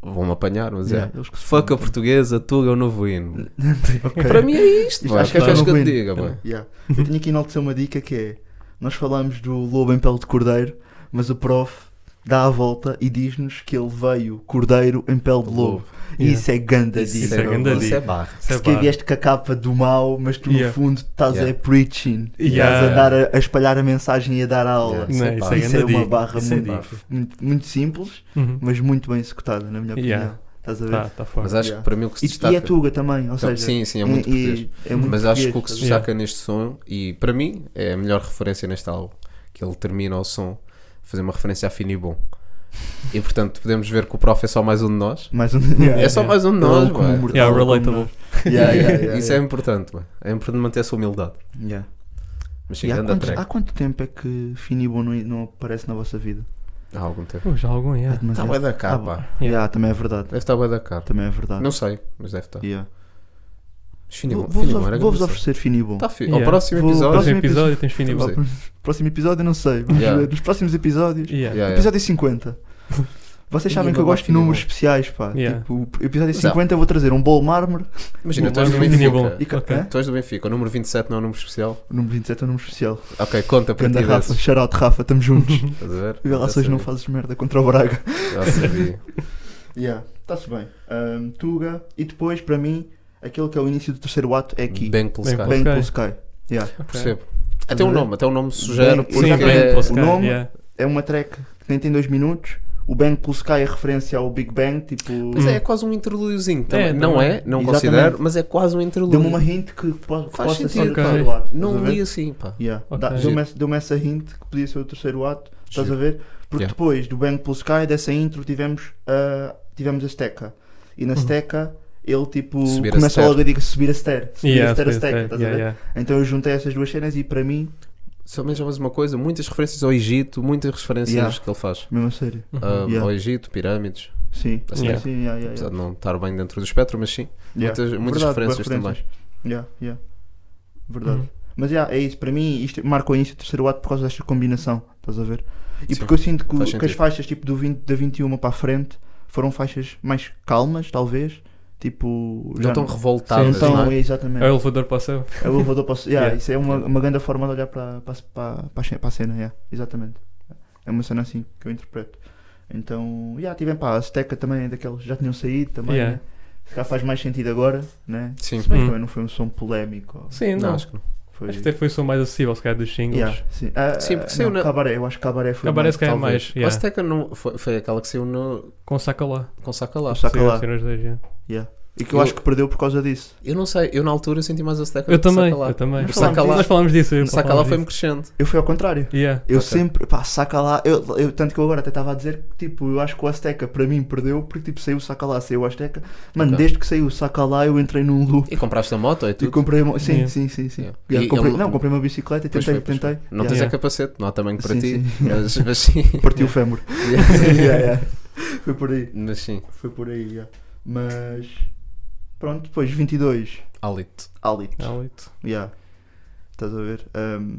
S7: vão-me apanhar, mas
S6: Yeah,
S7: é.
S6: eles que se
S7: Fuck a
S6: fodam.
S7: portuguesa, Tuga é o novo hino.
S6: Ok.
S7: Para mim é isto,
S6: Isto
S7: mano.
S6: acho que é
S7: Queres
S6: só
S7: que eu
S6: novo
S7: te
S6: hino.
S7: diga, mano?
S6: Yeah. Eu tenho aqui enaltecer uma dica que é: nós falamos do lobo em pele de cordeiro, mas o prof dá a volta e diz-nos que ele veio cordeiro em pele de lobo. E
S8: Yeah.
S6: isso é ganda
S7: Isso,
S6: dica.
S8: é
S6: bro.
S8: ganda
S7: isso
S8: dica.
S7: é barra.
S8: Isso é
S6: Se que
S8: barra.
S6: vieste com a capa do mal, mas tu
S8: Yeah.
S6: no fundo estás
S7: Yeah.
S6: a preaching,
S8: Yeah.
S6: estás a, dar a, a espalhar a mensagem e a dar a aula.
S7: Yeah.
S8: Não,
S7: é
S8: isso
S7: pá.
S8: é
S6: Isso é
S8: grande
S6: uma
S8: dica,
S6: barra
S8: isso é
S6: muito,
S8: dica.
S6: muito, muito simples,
S8: Uhum.
S6: mas muito bem executada, na minha opinião.
S8: Yeah.
S6: Estás a ver?
S8: Tá, tá
S7: Mas
S8: forte.
S7: acho que
S6: Yeah.
S7: para mim o que se
S6: E,
S7: destaca.
S6: e é Tuga também, ou
S7: Não,
S6: seja,
S7: sim, sim, é muito
S6: e-
S7: português.
S6: e- é muito
S7: Mas acho
S6: português,
S7: que o que se
S6: estás a ver?
S7: destaca neste som, e para mim é a melhor referência neste álbum, que ele termina o som a fazer uma referência a fino e bom. E portanto podemos ver que o prof é só mais um de nós.
S6: Mais um.
S7: É só mais um de nós,
S6: como
S7: mano.
S6: mortal,
S8: Yeah,
S6: como
S8: relatable.
S6: nós. Yeah, yeah, yeah,
S7: Isso é
S6: yeah.
S7: importante, mano. É importante manter essa humildade.
S6: Yeah.
S7: Mas
S6: E há,
S7: chegando a
S6: quantos, há
S7: track,
S6: quanto tempo é que Finibo não, não aparece na vossa vida?
S7: há algum tempo.
S8: Pô, já algum,
S6: Há
S8: yeah.
S7: Está
S6: demasiado.
S7: Tá bué da cá,
S6: Ah,
S7: pá.
S8: Yeah.
S6: Yeah, também é verdade.
S7: Deve estar bué da cá.
S6: Também é verdade.
S7: Não sei, mas deve estar.
S6: Yeah.
S7: Mas fino e
S6: Vou-
S7: bom-
S6: Vou-vos
S7: fino e bom
S6: of-
S7: era
S6: vou-vos
S7: grande
S6: oferecer Finibo.
S7: Tá fi- Ao
S8: Yeah.
S7: próximo
S6: Vou-
S7: episódio.
S8: Próximo
S6: Próximo
S8: episódio tens
S7: Vamos
S8: finibus.
S7: aí.
S6: Próximo episódio, eu não sei. Vamos
S7: Yeah.
S6: ver. Nos próximos episódios.
S8: Yeah.
S7: Yeah, yeah.
S6: Episódio 50. Vocês
S7: Ih,
S6: sabem que
S7: não
S6: eu
S7: vai
S6: gosto de
S7: Finibo.
S6: números especiais, pá.
S8: Yeah.
S6: Tipo, o episódio
S7: Já.
S6: 50 eu vou trazer um bolo mármore.
S7: Imagina,
S8: Bom,
S7: tu és do
S8: vamos ver.
S7: Benfica.
S6: E ca-
S8: Ok.
S6: hã?
S7: Tu és do Benfica. O número 27 não é um número especial.
S6: O número 27 é um número especial.
S7: Ok, conta para
S6: Ganda
S7: ti
S6: Rafa,
S7: desses.
S6: shout out Rafa, estamos juntos.
S7: Estás a ver?
S6: Vê lá
S7: Já
S6: se hoje não
S7: sabia.
S6: fazes merda contra o Braga.
S7: Já sabia.
S6: Yeah, está-se bem. Ahm, Tuga, e depois, para mim, aquele que é o início do terceiro ato é aqui.
S7: Bem pelo
S8: Bem
S7: Sky.
S6: Bang
S8: Ok.
S6: Pulse Sky. Yeah.
S7: Percebo. Até o
S6: a ver?
S7: um nome, até o nome sugere
S6: Bem-
S7: porque
S8: Sim,
S6: Porque
S8: bem,
S7: é-
S8: posso
S6: o
S8: cá,
S6: nome-
S8: yeah.
S6: É uma track que nem tem dois minutos. O Bang Pulse Sky é referência ao Big Bang, tipo.
S7: Pois é, é quase um interlúdiozinho. também.
S8: É,
S7: não
S8: também.
S7: é, não
S6: Exatamente.
S7: considero, mas é quase um interlúdio.
S6: Deu-me uma hint que, po que
S7: Faz
S6: possa ser
S7: sentido,
S6: o
S8: cara.
S6: terceiro ato. estás a
S7: Não
S6: ver?
S7: li assim, pá.
S6: Yeah.
S8: Ok.
S6: Dá-
S7: Giro.
S6: Deu-me essa, deu-me essa hint que podia ser o terceiro ato, estás
S7: Giro.
S6: a ver? Porque
S7: Yeah.
S6: depois do Bang Pulse Sky, dessa intro, tivemos, a tivemos a Steca. E
S8: Uhum.
S6: na Steca, ele tipo
S7: Subir a
S6: começa
S7: stair.
S6: logo a dizer subir a stair. Subir
S8: Yeah,
S6: a stair, a
S8: sim,
S6: Steca,
S8: sim,
S6: estás a
S8: yeah,
S6: ver?
S8: yeah.
S6: Então eu juntei essas duas cenas e para mim,
S7: Só mesmo mais uma coisa, muitas referências ao Egito, muitas referências
S6: Yeah.
S7: que ele faz.
S6: mesmo a sério,
S7: Ah,
S6: Yeah.
S7: Ao Egito, pirâmides,
S6: sim.
S7: Assim,
S6: sim,
S8: yeah.
S6: sim, yeah, yeah,
S7: apesar
S6: yeah.
S7: de não estar bem dentro do espectro, mas sim.
S6: Yeah.
S7: Muitas, muitas
S6: Verdade, boas
S7: referências também.
S6: Yeah, yeah. Verdade.
S8: Uhum.
S6: Mas yeah, é isso, para mim isto marca o início do terceiro ato por causa desta combinação, estás a ver? E
S7: Sim,
S6: porque eu sinto que, o-
S7: faz
S6: que as
S7: sentido.
S6: faixas tipo do 20, da 21 para a frente foram faixas mais calmas, talvez. Tipo.
S7: Não estão revoltadas,
S8: Sim,
S7: não
S6: Então,
S7: é?
S6: é exatamente.
S8: É o elevador para o céu.
S6: É o elevador para o c- yeah,
S8: Yeah.
S6: Isso é uma, uma grande forma de olhar para, para, para, para a ce- para a cena, yeah, exatamente. É uma cena assim que eu interpreto. Então, yeah, tive pá, a Steca também é daqueles que já tinham saído também,
S8: Yeah.
S6: né? Se calhar faz mais sentido agora, né?
S7: Sim.
S6: Se bem que
S8: Hum.
S6: também não foi um som polémico. ou-
S8: Sim,
S7: Não,
S8: não.
S7: acho que não.
S6: Foi...
S8: Acho que até foi o som mais acessível, se calhar, dos singles.
S6: Yeah, sim. Ah,
S7: Sim,
S6: ah,
S7: porque saiu
S6: não,
S7: na-
S6: Cabaré, eu acho que Cabaré foi
S8: Cabaré
S6: mais...
S8: se calhar é mais.
S7: A
S8: yeah.
S7: Azteca não foi, foi aquela que saiu no,
S8: Com o saca lá.
S7: com saca lá.
S6: o Saca
S8: Sim,
S6: lá.
S8: sim, nós dois, yeah.
S6: E que eu,
S7: Eu-
S6: acho que perdeu por causa disso.
S7: Eu não sei, eu na altura senti mais a Azteca
S8: Eu
S7: do que
S8: também,
S7: saca lá.
S8: eu também.
S7: O
S6: Mas
S7: saca
S6: falámos
S7: lá,
S8: Nós falámos disso. eu-
S7: o saca lá
S8: falámos
S7: foi-me
S8: disso.
S7: crescendo.
S6: Eu fui ao contrário.
S8: Yeah.
S6: Eu
S7: Ok.
S6: sempre, pá, saca lá, eu, eu- tanto que eu agora até estava a dizer que tipo, eu acho que o Azteca para mim perdeu porque tipo saiu o saca lá, saiu o Azteca. Mano,
S7: Ok.
S6: desde que saiu o saca lá eu entrei num loop
S7: E compraste a moto e
S6: e
S7: tudo.
S6: comprei uma. Sim,
S8: Yeah.
S6: sim, sim, sim.
S7: Yeah.
S6: Yeah,
S7: E
S6: comprei-
S7: ele-
S6: Não, comprei uma bicicleta e
S7: Pois
S6: tentei,
S7: foi, pois foi.
S6: tentei.
S7: Não
S6: Yeah.
S7: tens
S8: Yeah.
S7: a capacete, não há tamanho para
S6: Sim,
S7: ti,
S6: sim.
S7: Mas, mas sim.
S6: Parti o fémur. Yeah, yeah. Foi por aí,
S7: mas sim,
S6: foi por aí, yeah. Mas pronto, depois 22,
S7: Alito.
S6: Alit.
S8: Ah, oito.
S6: Yeah. Estás a ver? Ahm,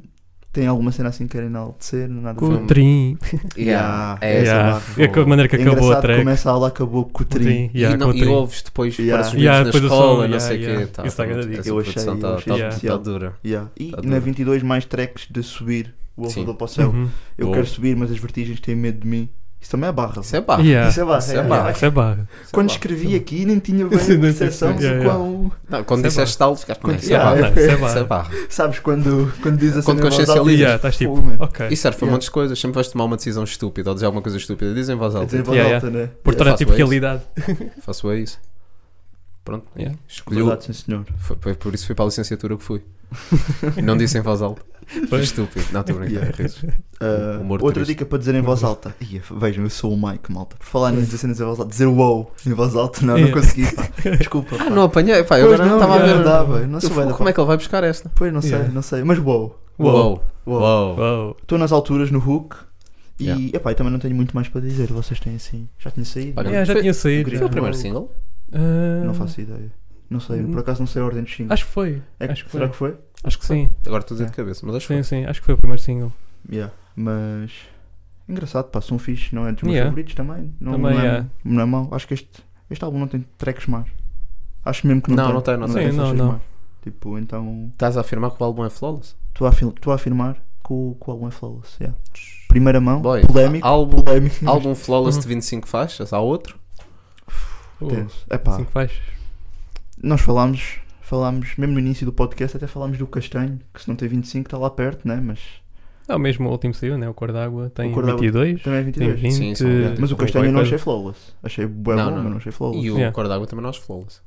S6: tem alguma cena assim que querem enaltecer? Nada
S7: Cu-
S6: a ver?
S8: Cutrim.
S7: Yeah,
S6: Yeah,
S7: é essa
S8: Yeah.
S7: barra.
S8: É que a maneira que
S6: É
S8: acabou a
S6: engraçado,
S8: track.
S6: começa a aula, acabou com o trim.
S8: Cutrim. Yeah,
S7: e, não, e
S8: Cutrim.
S7: ouves depois
S6: Yeah.
S7: para os
S8: Yeah,
S7: vídeos na
S8: depois do
S7: escola,
S8: som,
S7: não
S8: yeah,
S7: sei o
S8: yeah.
S7: quê. Tá,
S8: Isso tá
S7: pronto,
S8: grande.
S7: essa
S6: Eu achei-
S7: produção
S6: eu
S7: tá-
S6: achei
S7: tá-
S8: especial.
S7: tá dura.
S6: Yeah. E
S7: Tá
S6: na
S7: duro.
S6: 22 mais tracks de subir o
S7: Sim.
S6: elevador para o céu.
S8: Uhum.
S6: Eu
S7: Boa.
S6: quero subir, mas as vertigens têm medo de mim. Isso também é barra.
S7: Isso é barra.
S8: Yeah.
S6: Isso é barra.
S7: Isso é
S6: yeah,
S7: barra.
S6: yeah.
S8: Isso é barra.
S6: Quando
S7: Isso é
S6: escrevi aqui nem tinha bem a
S8: Sim, não tinha
S6: percepção de
S8: percebido. Yeah,
S6: quão.
S7: Não, quando
S8: Isso é
S7: disseste tal, ficaste com
S6: Quando-
S7: isso. é
S6: Yeah,
S7: barra.
S8: Não, isso é
S7: Isso é
S8: barra.
S7: barra.
S6: Sabes quando, quando diz a
S7: Quando
S6: cena em voz
S7: consciência
S6: alta,
S7: livre.
S8: Yeah, estás tipo,
S6: Fogo, man.
S8: ok.
S7: E serve para
S6: Yeah.
S7: montes de coisas. Sempre vais tomar uma decisão estúpida ou dizer alguma coisa estúpida. Dizem em voz
S6: a
S7: alta.
S6: dizer em voz
S8: Yeah,
S6: alta, né?
S8: Portar a
S7: faço
S8: tipo
S7: isso.
S8: realidade.
S7: Faço é isso. Pronto.
S8: Yeah.
S7: Escolheu.
S6: Verdade, sim senhor.
S7: Foi, foi por isso que fui para a licenciatura que fui. Não disse em voz alta. Estúpido. Não, estou brincando.
S6: Yeah.
S7: risos.
S6: Ah,
S7: Humor
S6: outra
S7: triste.
S6: dica para dizer em voz alta. Ia, vejam, eu sou o Mike, malta. Por falar em dizer cenas em voz alta, dizer wow em voz alta, não, não
S8: Yeah.
S6: consegui. Pá. Desculpa.
S7: Ah,
S6: pá.
S7: não apanhei. Pá, eu
S6: Pois
S7: agora não
S6: não,
S7: estava a
S6: yeah,
S7: ver.
S6: não dava, eu não
S7: Eu
S6: sou
S7: fui-
S6: bem da
S7: como é que ele vai buscar esta?
S6: Pois não sei,
S8: Yeah.
S6: não sei. Mas wow.
S7: Uou.
S6: Uou.
S7: Uou.
S8: Uau.
S6: Estou nas alturas no hook e
S7: Yeah.
S6: epá, eu também não tenho muito mais para dizer. Vocês têm assim. Já tinha saído?
S7: Olha,
S8: Yeah, É, já
S7: foi-
S8: tinha saído.
S7: Foi o primeiro single?
S8: Ah,
S6: Não faço ideia. Não sei, por acaso não sei a ordem dos singles.
S8: Acho que foi.
S6: É que-
S8: acho que
S6: será
S8: foi.
S6: que foi?
S8: Acho que sim.
S7: Agora estou a dizer de cabeça, mas acho que
S8: Sim,
S7: foi.
S8: sim. Acho que foi o primeiro single.
S6: Yeah. Mas. Engraçado, pá, são fixe, não é dos meus
S8: Yeah.
S6: favoritos também. Não,
S8: Também,
S6: não, é,
S8: yeah.
S6: não é mau. Acho que este, este álbum não tem tracks mais. Acho mesmo que não,
S7: Não,
S6: tem.
S7: não tem, não
S8: tem. Sim, não,
S6: faixas
S8: não.
S6: más. Tipo, então.
S7: Estás a afirmar que o álbum é flawless?
S6: Estou a, afir- estou a afirmar que o, que o álbum é flawless. yeah. Primeira mão,
S7: Boy,
S6: polémico. Uhum.
S7: álbum-
S6: polémico mas
S7: Álbum flawless de 25 faixas, há outro?
S8: Uh,
S6: tenso. Epá,
S8: cinco faixas.
S6: nós falámos, falámos, mesmo no início do podcast, até falámos do Castanho, que se não tem 25 está lá perto, né? Mas
S8: Não, mesmo É o último saiu, né? O Cor d'Água tem
S6: O Cor d'Água
S8: 22.
S6: também é
S8: Tem
S6: 22.
S8: 20.
S7: Sim, são, yeah.
S6: Mas o
S7: Qualquer
S6: Castanho eu não é
S8: coisa.
S6: achei flawless. Achei bué
S7: Não,
S6: bom,
S7: não,
S6: mas
S7: não.
S6: não achei flawless.
S7: E o
S8: Yeah.
S7: Cor d'Água também nós flawless.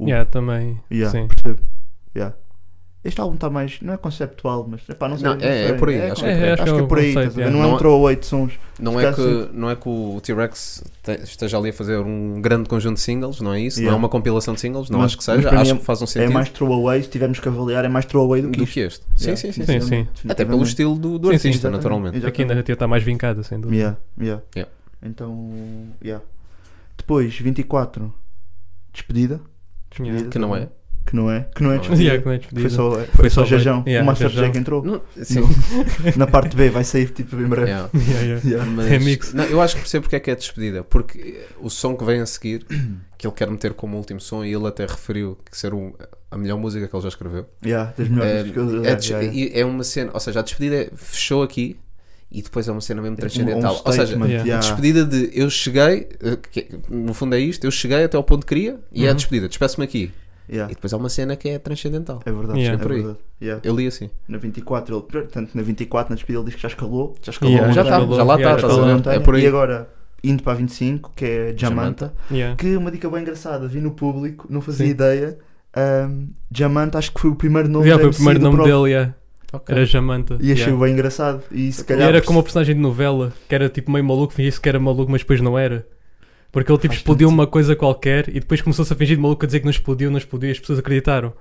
S8: Yeah, também.
S6: Yeah,
S8: Sim.
S6: percebo. Yeah. Este álbum está mais, não é conceptual, mas epá, não sei,
S7: Não, é-
S6: sei.
S7: é por aí, acho que é por aí.
S6: acho que é por aí,
S8: conceito,
S6: estás a ver?
S8: yeah.
S6: não é
S7: Não-
S6: um throwaway de sons.
S7: Não
S6: Se
S7: é,
S6: calhar
S7: que, não é que o T-Rex te- esteja ali a fazer um grande conjunto de singles, não é isso? Não
S6: Yeah.
S7: é uma compilação de singles, não
S6: Mas-
S7: acho que
S6: mas
S7: seja.
S6: para
S7: Acho
S6: mim
S7: que faz um
S6: É
S7: sentido
S6: mais throwaway, se tivermos que avaliar, é mais throwaway do que
S7: do
S6: isto.
S7: que este.
S6: Yeah,
S7: Sim, sim, sim.
S8: sim.
S6: definitivamente,
S7: Até pelo estilo do, do
S8: Sim, sim,
S7: artista,
S6: exatamente.
S7: naturalmente.
S8: Aqui É ainda está mais vincada, sem dúvida.
S6: Yeah, yeah.
S7: Yeah.
S6: Então, yeah. Depois, 24, despedida. despedida
S8: Yeah.
S7: Que não é.
S6: também. Que não é. Que não é
S7: Não é.
S6: despedida.
S8: Yeah, que não é despedida.
S6: Foi só, foi só
S8: só
S6: Jajão.
S8: bem. Yeah,
S6: o Master
S8: Jajão.
S6: Jack entrou.
S7: Não, sim.
S6: Na parte B vai sair tipo em breve.
S7: Yeah. É
S8: Yeah, yeah.
S6: Yeah.
S7: Mas-
S8: Remix.
S7: Não, eu acho que percebo porque é que é despedida, porque eh, o som que vem a seguir, que ele quer meter como último som, e ele até referiu que ser um- a melhor música que ele já escreveu.
S6: Yeah, das melhores coisas.
S7: É, é, des-
S6: yeah, yeah.
S7: e- é uma cena, ou seja, a despedida é- fechou aqui e depois é uma cena mesmo
S6: Um-
S7: transcendental.
S6: um
S7: ou seja,
S6: statement,
S8: yeah.
S6: yeah.
S7: despedida de eu cheguei, eh, que- no fundo é isto, eu cheguei até ao ponto que queria e é a despedida, despeço-me aqui.
S6: Yeah.
S7: E depois há uma cena que é transcendental.
S6: É verdade,
S8: Yeah.
S6: é
S7: Por aí.
S6: verdade. Yeah.
S7: Eu li assim.
S6: Na 24, ele, portanto, na 24, na despedida, ele diz que já escalou.
S7: Já escalou,
S8: Yeah, já
S7: já está,
S8: escalou.
S7: já lá está,
S8: Yeah,
S7: estás
S8: escalou
S7: a ver?
S6: a
S7: um É por aí.
S6: E agora, indo para a 25, que é Jamanta,
S8: Yeah.
S6: que uma dica bem engraçada, vi no público, não fazia
S8: Sim.
S6: ideia. Ahm, Jamanta, acho que foi o primeiro nome
S8: Yeah, foi o
S6: da MC
S8: primeiro
S6: do
S8: nome
S6: Pro.
S8: dele, yeah.
S7: Ok.
S8: era Jamanta.
S6: E achei
S8: yeah.
S6: bem engraçado. E se calhar.
S8: E era como uma personagem de novela, que era tipo meio maluco, fingia-se que era maluco, mas depois não era. Porque ele tipo
S6: Faz
S8: explodiu
S6: sentido.
S8: uma coisa qualquer e depois começou-se a fingir de maluco a dizer que não explodiu, não explodiu e as pessoas acreditaram.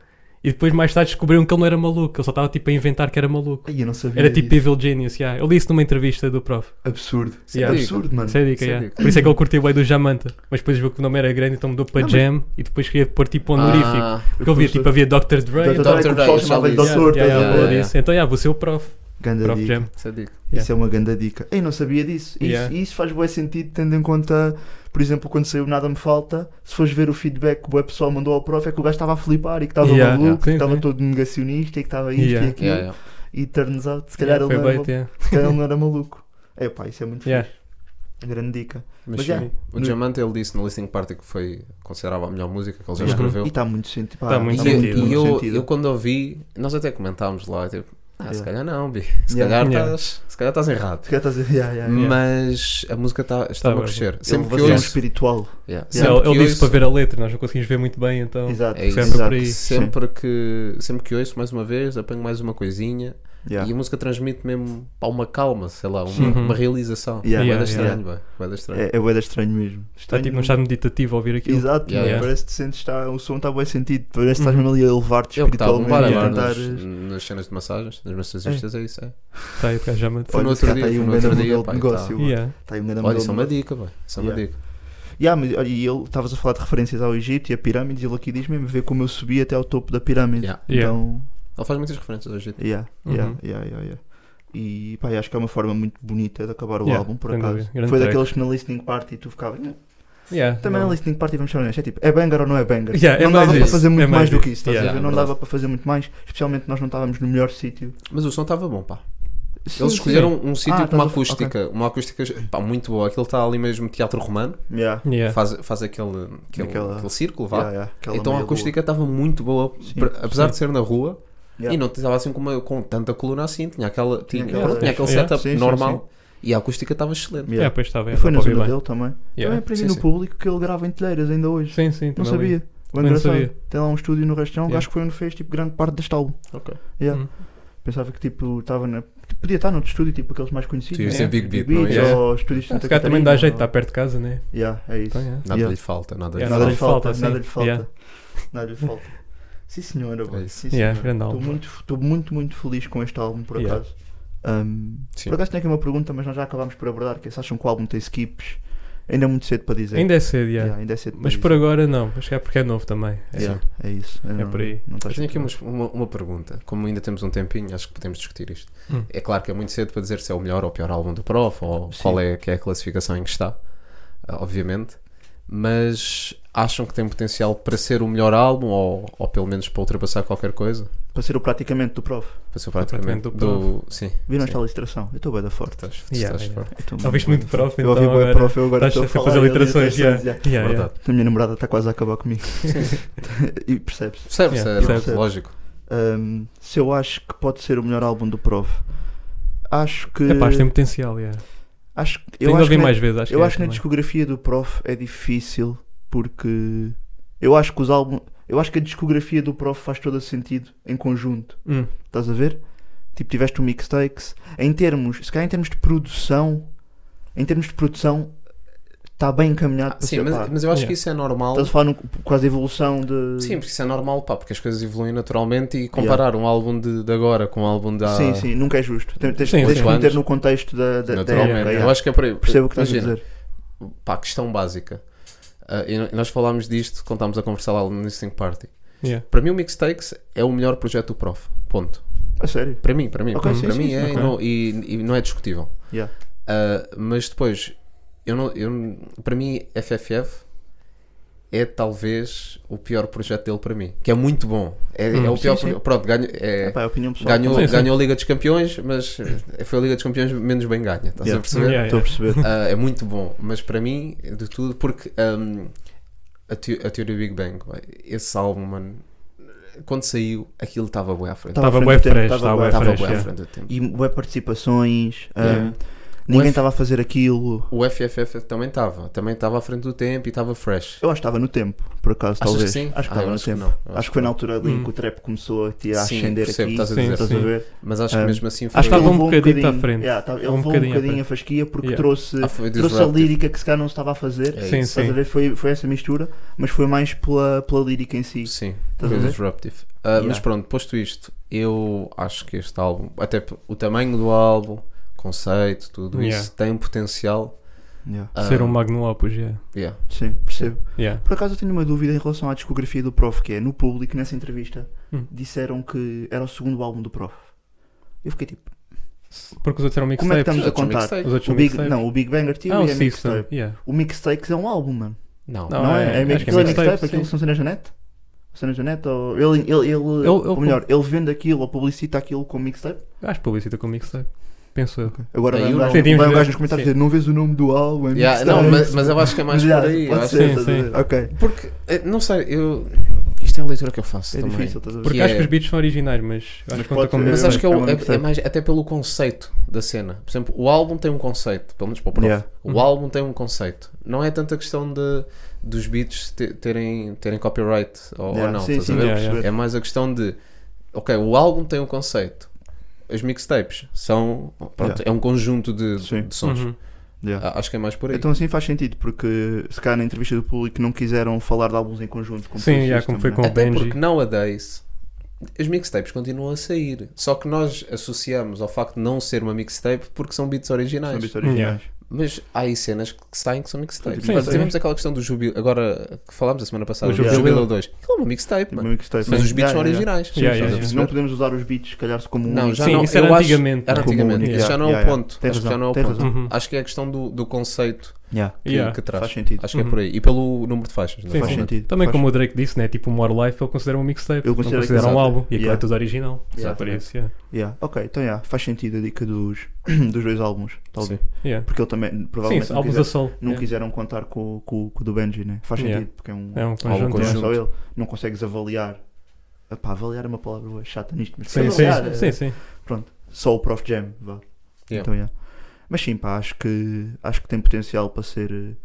S8: E depois mais tarde descobriram que ele não era maluco, ele só estava tipo a inventar que era maluco.
S6: Ai, eu não sabia.
S8: Era tipo
S6: disso.
S8: Evil Genius, yeah. eu li isso numa entrevista do prof.
S6: Absurdo.
S7: Sim,
S8: Yeah.
S7: é dica.
S6: Absurdo, mano.
S8: Isso é dica,
S7: Isso é
S8: yeah.
S7: dica.
S8: Por isso é que ele curtiu bem do Jamanta, mas depois viu que o nome era grande então mudou para
S6: Não, mas-
S8: Jam e depois queria pôr tipo honorífico.
S7: Ah,
S8: Porque eu via tipo, havia Dr. Dre,
S6: Dr.
S8: Dr.
S6: Dre, que o pessoal
S7: Dre,
S6: chamava de
S7: Charles
S8: yeah,
S6: Doutor.
S7: yeah,
S8: yeah,
S7: yeah,
S8: yeah,
S7: yeah.
S8: Então, yeah, vou ser o prof.
S6: Ganda
S8: Prof
S6: dica.
S8: Jam.
S7: isso é dica.
S6: Isso é uma ganda dica. Ei, não sabia disso. E isso-
S8: Yeah.
S6: e isso faz boa sentido, tendo em conta, por exemplo, quando saiu Nada Me Falta, se fores ver o feedback que o bué pessoal mandou ao prof, é que o gajo estava a flipar e que estava
S8: Yeah,
S6: maluco,
S8: yeah.
S6: que
S8: Sim,
S6: estava
S8: sim.
S6: todo negacionista e que estava isto
S8: Yeah.
S6: e aquilo.
S7: Yeah, yeah.
S6: E turns out, se calhar,
S8: Yeah,
S6: ele, não é
S8: foi
S6: era,
S8: bait, yeah.
S6: se calhar ele não era maluco. É pá, isso é muito
S8: Yeah.
S6: fixe. É Grande dica.
S7: Mas
S6: Mas,
S7: sim,
S6: yeah.
S7: o Diamante ele disse no Listening Party que foi considerava a melhor música que ele já
S6: Yeah.
S7: escreveu.
S6: E está muito sentido. pá,
S8: Tá muito
S7: E,
S6: tá
S7: eu-
S8: sentido.
S7: e eu,
S6: sentido.
S7: eu quando ouvi, nós até comentámos lá, tipo, ah, se
S6: Yeah.
S7: calhar não, Bi, se
S6: Yeah.
S7: calhar
S8: Yeah.
S7: estás se calhar estás errado.
S6: Se calhar estás a- yeah, yeah, yeah.
S7: Mas a música tá, estava a
S8: bem.
S7: crescer. Sempre que
S6: Elevação
S7: ouço,
S6: um espiritual.
S7: yeah,
S8: Sim, ele
S7: sempre que
S8: ele disse
S7: ouço-
S8: para ver a letra, nós não conseguimos ver muito bem, então.
S6: Exato.
S7: é isso.
S8: Sempre
S6: exato.
S8: por aí.
S7: sempre que, sempre que ouço mais uma vez, apanho mais uma coisinha
S6: Yeah.
S7: e a música transmite mesmo pá, uma calma, sei lá, uma,
S8: Uhum.
S7: uma realização.
S6: Yeah.
S7: Vai
S8: Yeah,
S7: dar estranho, vai, vai dar estranho.
S6: É, é bué da estranho mesmo.
S8: Está
S6: Estranho
S8: tipo num estado meditativo a ouvir aquilo.
S6: Exato,
S7: Yeah,
S6: mano,
S8: yeah.
S6: parece que sentes, tá, o som está bem sentido, parece que
S8: Uhum.
S6: estás mesmo ali a elevar-te
S7: É o que está a
S6: espiritualmente
S7: bombar
S6: e
S7: agora
S6: tentar. eh,
S7: nas, nas cenas de massagens, nas massagistas, é isso. É.
S8: Está aí, Tá, o gajo já me-
S7: Foi no
S6: Olha,
S7: outro
S6: se
S7: dia,
S6: calhar tá aí
S7: foi
S6: um
S7: no
S6: grande
S7: outro dia,
S6: modelo de
S7: pá,
S6: negócio.
S7: tá.
S8: Yeah.
S6: Está aí um grande
S7: Olha,
S6: modelo
S7: isso é uma dica, pá, isso é uma
S6: Yeah.
S7: dica.
S6: Yeah, mas, olha, e ele estavas a falar de referências ao Egito e a pirâmides, e ele aqui diz mesmo: vê como eu subi até ao topo da pirâmide.
S7: Yeah.
S8: Yeah.
S6: Então,
S7: Ele faz muitas referências hoje.
S6: yeah, yeah,
S8: Uhum.
S6: yeah, yeah, yeah. E pá, acho que é uma forma muito bonita de acabar o
S8: Yeah,
S6: álbum, por
S8: sem
S6: acaso.
S8: dúvida. Grande
S6: Foi
S8: track.
S6: daqueles que na listening party tu ficavas. "Né,
S8: Yeah,
S6: Também
S8: não.
S6: na listening party vamos ser honestos, é tipo, é banger ou não é banger?
S8: Yeah, é
S6: não
S8: mais
S6: dava para
S8: isso,
S6: fazer
S8: é
S6: muito
S8: mais
S6: mais do
S8: isso.
S6: que isso, estás
S8: Yeah,
S6: a ver?
S7: é
S6: Não
S7: verdade.
S6: dava para fazer muito mais, especialmente nós não estávamos no melhor sítio.
S7: Mas o som estava bom, pá.
S6: Sim,
S7: Eles
S6: sim.
S7: escolheram um sítio
S6: Ah,
S7: com
S6: estás
S7: uma
S6: a-
S7: acústica, uma acústica pá, muito boa. Aquilo está ali mesmo teatro romano,
S6: Yeah.
S8: Yeah.
S7: faz, faz aquele, aquele,
S6: Aquela-
S7: aquele círculo, vá.
S6: Yeah, yeah, aquela
S7: Então a
S6: meia
S7: acústica estava muito boa,
S6: Sim,
S7: pra- apesar de ser na rua,
S6: lua. Yeah.
S7: e não estava assim com, uma- com tanta coluna assim, tinha, aquela, tinha,
S6: Tinha
S7: tinha,
S6: aquela-
S7: aquele
S8: Yeah.
S7: setup
S6: Sim, sim,
S7: normal e a acústica estava excelente.
S6: Yeah.
S8: Yeah, pois estava.
S6: E foi
S8: dá é para
S6: na
S8: ouvir
S6: zona
S8: bem.
S6: dele também.
S8: Yeah.
S6: Também aprendi
S7: Sim,
S6: no
S7: sim.
S6: público que ele grava em telheiras ainda hoje.
S8: Sim, sim,
S6: Não
S8: também
S6: sabia.
S8: ali.
S6: Bem
S8: não
S6: engraçado.
S8: sabia.
S6: Tem lá um estúdio no Rastão, o
S8: Yeah.
S6: gajo que foi onde fez tipo, grande parte deste álbum.
S7: Ok.
S6: Yeah.
S8: Hum.
S6: Pensava que tipo, estava na. tipo, Podia estar noutro estúdio, tipo aqueles mais conhecidos.
S7: Tu ias
S6: né?
S7: dizer Big Beat, não
S6: Beat,
S7: é?
S8: Yeah.
S6: ou estúdios de
S8: Ah,
S6: Santa
S8: Se calhar também
S6: Catarina,
S8: dá jeito,
S6: ou-
S8: está perto de casa, né?
S6: Yeah, é isso.
S8: Então, yeah.
S7: Nada
S6: Yeah.
S7: lhe falta, nada
S8: Yeah,
S7: lhe
S6: Nada lhe
S7: falta.
S6: falta,
S8: sim.
S6: nada lhe falta.
S8: Yeah.
S6: Nada lhe falta. Sim senhora, boy.
S7: É isso.
S6: Sim,
S8: Yeah,
S6: senhora.
S8: grande álbum,
S6: Estou
S8: pá.
S6: muito, estou muito, muito feliz com este álbum, por
S8: Yeah.
S6: acaso. Um,
S7: Sim.
S6: por acaso tenho aqui uma pergunta, mas nós já acabámos por abordar, que é se acham que o álbum tem skips? Ainda é muito cedo para dizer.
S8: Ainda é cedo, yeah.
S6: Yeah, ainda é cedo
S8: Mas
S6: para
S8: por
S6: dizer.
S8: agora não, mas se calhar porque é novo também. É.
S6: Yeah, É isso. Eu
S8: É por aí.
S6: Não tá
S7: Mas tenho aqui
S6: escrito.
S7: umas- uma, uma, pergunta. Como ainda temos um tempinho, acho que podemos discutir isto.
S8: Hum.
S7: É claro que é muito cedo para dizer se é o melhor ou o pior álbum do Prof, ou qual é que é a classificação em que está, ah, obviamente. Mas acham que tem potencial para ser o melhor álbum, ou, ou pelo menos para ultrapassar qualquer coisa?
S6: Para ser o praticamente do prof.
S7: Para ser
S8: praticamente
S7: praticamente
S8: do
S7: do. Sim.
S6: Viram
S7: sim.
S6: esta ilustração? Eu estou bem da forte.
S7: Estás-
S8: Yeah,
S7: estás
S8: yeah.
S7: forte.
S6: Eu estou
S8: Já ouviste muito prof,
S6: Eu
S8: então
S6: ouvi
S8: agora
S6: bem prof, eu agora estou
S8: estás sempre
S6: a
S8: a
S6: falar
S8: fazer
S6: de
S8: literações. Yeah.
S6: yeah.
S8: Yeah, yeah.
S7: Verdade.
S6: A minha namorada está quase a acabar comigo. e percebes?
S7: Percebes?
S8: Yeah,
S7: é
S8: percebo.
S7: lógico.
S6: Ahm, se eu acho que pode ser o melhor álbum do prof, acho que.
S8: Epá, isto tem potencial, yeah.
S6: acho, que-
S8: Tem
S6: eu
S8: de
S6: acho que
S8: ouvir
S6: na-
S8: mais vezes, acho que
S6: eu
S8: é
S6: acho que na
S8: também.
S6: discografia do Prof é difícil porque eu acho que os álbuns. Eu acho que a discografia do Prof faz todo sentido em conjunto.
S8: Hum.
S6: Estás a ver? Tipo, tiveste o mixtakes. Em termos, se calhar em termos de produção, em termos de produção, está bem encaminhado para
S7: Ah, Sim,
S6: ser,
S7: mas,
S6: pá.
S7: mas eu acho
S8: Yeah.
S7: que isso é normal.
S6: Estás a falar no, quase a evolução de.
S7: Sim, porque isso é normal, pá, porque as coisas evoluem naturalmente e comparar um álbum de, de agora com um álbum da.
S6: sim, sim, nunca é justo. Tem- Tens,
S8: Ah. Sim,
S6: tens
S8: sim.
S6: que meter
S7: Anos.
S6: no contexto da, da, da
S7: Naturalmente.
S6: época.
S7: Eu
S6: yeah.
S7: acho que é por aí.
S6: Percebo o que estás a
S7: Imagina,
S6: dizer.
S7: Pá, questão básica. Ah, e no- e nós falámos disto quando estávamos a conversar lá no Think Party.
S8: Yeah.
S7: Para mim, o Mixtakes é o melhor projeto do Prof. Ponto.
S6: A sério.
S7: Para mim, para mim.
S6: Ok,
S7: para
S6: sim,
S7: para
S6: sim,
S7: mim
S6: sim,
S7: é
S6: ok.
S7: e não- e, e não é discutível.
S6: Yeah.
S7: Ah, mas depois, eu não, eu, para mim, FFF é talvez o pior projeto dele para mim. Que é muito bom. É, é o
S6: Sim,
S7: pior.
S6: sim.
S7: pro- Pronto, ganho, é,
S6: Epá, é a opinião pessoal.
S7: ganhou,
S8: Sim, sim.
S7: ganhou a Liga dos Campeões, mas eh, foi a Liga dos Campeões menos bem ganha. Estás
S6: Yeah.
S7: a perceber?
S8: Yeah,
S6: Estou a
S8: yeah.
S6: perceber.
S7: Ah, é muito bom, mas para mim, de tudo, porque ahm, a, teo- a teoria Big Bang, vai, esse álbum, mano, quando saiu, aquilo estava bem à frente.
S6: Tava à
S8: Tava
S6: frente
S8: bué
S6: do tempo,
S8: fresh,
S6: tava
S8: tava
S6: bué-
S8: bué
S7: Estava
S8: fresh,
S7: bem à
S8: yeah.
S7: frente do tempo.
S6: e web participações, hum,
S7: Yeah.
S6: ninguém
S7: Web-
S6: estava a fazer aquilo.
S7: O FFF também estava, também estava à frente do tempo e estava fresh.
S6: Eu acho que estava no tempo, por acaso,
S7: Achas que
S6: talvez.
S7: sim?
S6: Acho que
S7: Ah, eu
S6: estava no
S7: acho que
S6: tempo.
S7: não. Eu
S6: acho,
S7: acho
S6: que foi na
S7: que não.
S6: altura ali
S8: Hum.
S6: que o trap começou a, te- a
S7: Sim,
S6: ascender
S7: percebo,
S6: aqui.
S7: estás a
S8: Sim,
S7: dizer.
S6: Estás a
S8: sim.
S6: ver?
S7: Mas acho que
S6: Ah,
S7: mesmo assim foi.
S6: Acho que
S8: Estava
S6: ele
S8: um
S6: levou
S8: bocadinho à frente.
S6: Yeah, tá- ele
S8: Um
S6: levou um
S8: bocadinho à
S6: bocadinho a
S8: frente.
S6: fasquia porque
S8: Yeah.
S6: trouxe,
S7: Ah, foi
S6: trouxe a
S7: disruptive.
S6: lírica que se calhar não se estava a fazer.
S7: É
S8: Sim,
S7: isso.
S6: Estás a
S8: sim.
S6: ver? Foi, foi essa mistura, mas foi mais pela, pela lírica em si.
S7: Sim,
S6: Estás a
S7: foi
S6: ver?
S7: disruptive. Ah, Mas
S6: Yeah.
S7: pronto, posto isto, eu acho que este álbum, até p- o tamanho do álbum, conceito, tudo
S8: Yeah.
S7: isso, tem um potencial.
S6: Yeah.
S7: ah,
S8: Ser um magnum opus, yeah.
S7: yeah.
S6: Sim, percebo.
S8: Yeah.
S6: Por acaso eu tenho uma dúvida em relação à discografia do Prof, que é no público, nessa entrevista,
S8: Hum.
S6: disseram que era o segundo álbum do Prof. Eu fiquei tipo,
S8: Porque os outros eram
S6: como é que
S8: mixtapes.
S6: estamos a
S7: Outros
S6: contar?
S7: mixtapes.
S8: Os outros
S6: O
S8: são
S6: Big,
S8: mixtapes.
S6: não, o Big Banger Theory
S8: Ah, o
S6: é
S8: System.
S6: mixtape.
S8: Yeah.
S6: O mixtapes é um álbum, mano.
S7: Não,
S8: Não,
S6: Não, é? É,
S8: é- acho que é
S6: mixtape,
S8: mixtape,
S6: mixtape, aquilo que
S8: sim.
S6: são cenas na net? Cenas na net? Ou ele, ele, ele, ou
S8: ele-
S6: melhor, ele vende aquilo ou publicita aquilo como mixtape?
S8: Acho que publicita com mixtape. Penso eu.
S6: Agora
S7: Aí
S6: vai um
S7: eu
S6: gajo
S8: não-
S6: vai um
S8: Sim,
S6: gajo nos comentários
S8: sim.
S6: dizer não vês o nome do álbum, é
S7: Yeah,
S6: mixtape."
S7: não, mas, mas eu acho que é mais
S6: Yeah,
S7: por aí. eu
S6: Pode
S7: acho
S6: ser,
S8: Sim,
S6: estás a
S8: sim.
S6: ver? Ok. é
S7: que- Porque, eh, não sei, eu. Isto é a leitura que eu faço
S6: É
S7: também.
S6: difícil, estás a ver?
S8: Porque
S7: Que
S8: acho
S7: é-
S8: que os beats são originais, mas acho
S6: Mas
S8: que conta
S6: pode
S8: como
S6: ser.
S7: Mas
S8: mixtape.
S7: acho que é, o-
S6: É uma
S7: é-
S6: mixtape.
S7: é mais até pelo conceito da cena. Por exemplo, o álbum tem um conceito, pelo menos para o prof.
S6: Yeah.
S7: O álbum tem um conceito. Não é tanta questão de, dos beats te- terem, terem copyright ou, ou
S6: Yeah,
S7: não.
S6: sim,
S7: estás a
S6: sim,
S7: ver?
S6: estou a
S8: Yeah, yeah.
S6: perceber.
S7: É mais a questão de ok, o álbum tem um conceito. As mixtapes são pronto,
S6: Yeah.
S7: é um conjunto de,
S6: Sim.
S7: de sons.
S8: Uhum.
S6: Yeah.
S7: A- Acho que é mais por aí.
S6: Então assim faz sentido, porque se calhar na entrevista do público não quiseram falar de álbuns em conjunto. Como
S8: Sim,
S6: foi o
S8: yeah,
S6: System,
S8: como foi
S6: né?
S8: com-
S7: Até
S8: Benji.
S7: porque nowadays as mixtapes continuam a sair. Só que nós associamos ao facto de não ser uma mixtape porque são beats originais.
S6: São beats originais.
S7: Mas há aí cenas que saem que são mixtapes.
S6: Sim,
S7: Nós
S8: sim.
S7: tivemos aquela questão do Jubileu, agora que falámos a semana passada,
S8: O
S7: do
S8: Jubileu.
S7: Jubileu 2. Aquilo é uma mixtape,
S6: Tipo,
S7: mano.
S6: mixtape.
S7: Mas os
S6: Yeah,
S7: beats são
S6: yeah, yeah.
S7: originais.
S8: Yeah, yeah,
S7: Estás a
S6: Não
S7: perceber?
S6: podemos usar os beats, se calhar, como um
S7: Não, já
S8: Sim,
S7: não.
S8: isso
S7: eu
S8: era
S7: acho-
S8: antigamente,
S7: Era
S8: né?
S6: Como
S7: antigamente.
S6: único.
S7: Isso já não é o
S6: Yeah,
S7: ponto.
S6: tem
S7: Acho que já
S6: razão,
S7: não é o
S6: tem
S7: ponto.
S6: razão.
S8: Uhum.
S7: Acho que é a questão do, do conceito
S6: Yeah.
S7: que,
S8: Yeah.
S7: que traz.
S6: Faz sentido.
S7: Acho que é
S8: Uhum.
S7: por aí. E pelo número de faixas.
S8: Sim,
S7: é?
S6: Faz
S8: sim.
S7: naturalmente.
S6: sentido.
S8: Também
S6: faz
S8: como o Drake disse, né? Tipo, o More Life ele considera um mixtape.
S6: Eu
S8: Ele
S6: considero
S8: considera,
S6: que-
S8: um
S6: Exato.
S8: álbum. E aquilo
S6: Yeah.
S8: é tudo original.
S6: Yeah.
S8: Só por isso, yeah.
S6: Yeah, ok, então yeah, faz sentido a dica dos, dos dois álbuns, talvez.
S8: Yeah.
S6: Porque ele também,
S8: Sim,
S6: provavelmente, não,
S8: álbuns
S6: quiser-
S8: a sol.
S6: não
S8: yeah.
S6: quiseram contar com, com, com o do Benji, né? Faz sentido,
S8: Yeah.
S6: porque é um.
S8: É um
S7: Álbum
S8: conjunto.
S6: não é
S8: yeah.
S6: só ele. Não consegues avaliar. Epá, avaliar é uma palavra bué chata nisto, mas
S8: Sim,
S6: avaliar,
S8: sim,
S6: é-
S8: sim, sim.
S6: Só o Prof Jam, vá.
S7: Yeah.
S6: Então, yeah. Mas sim, pá, acho que, acho que tem potencial para ser. eh,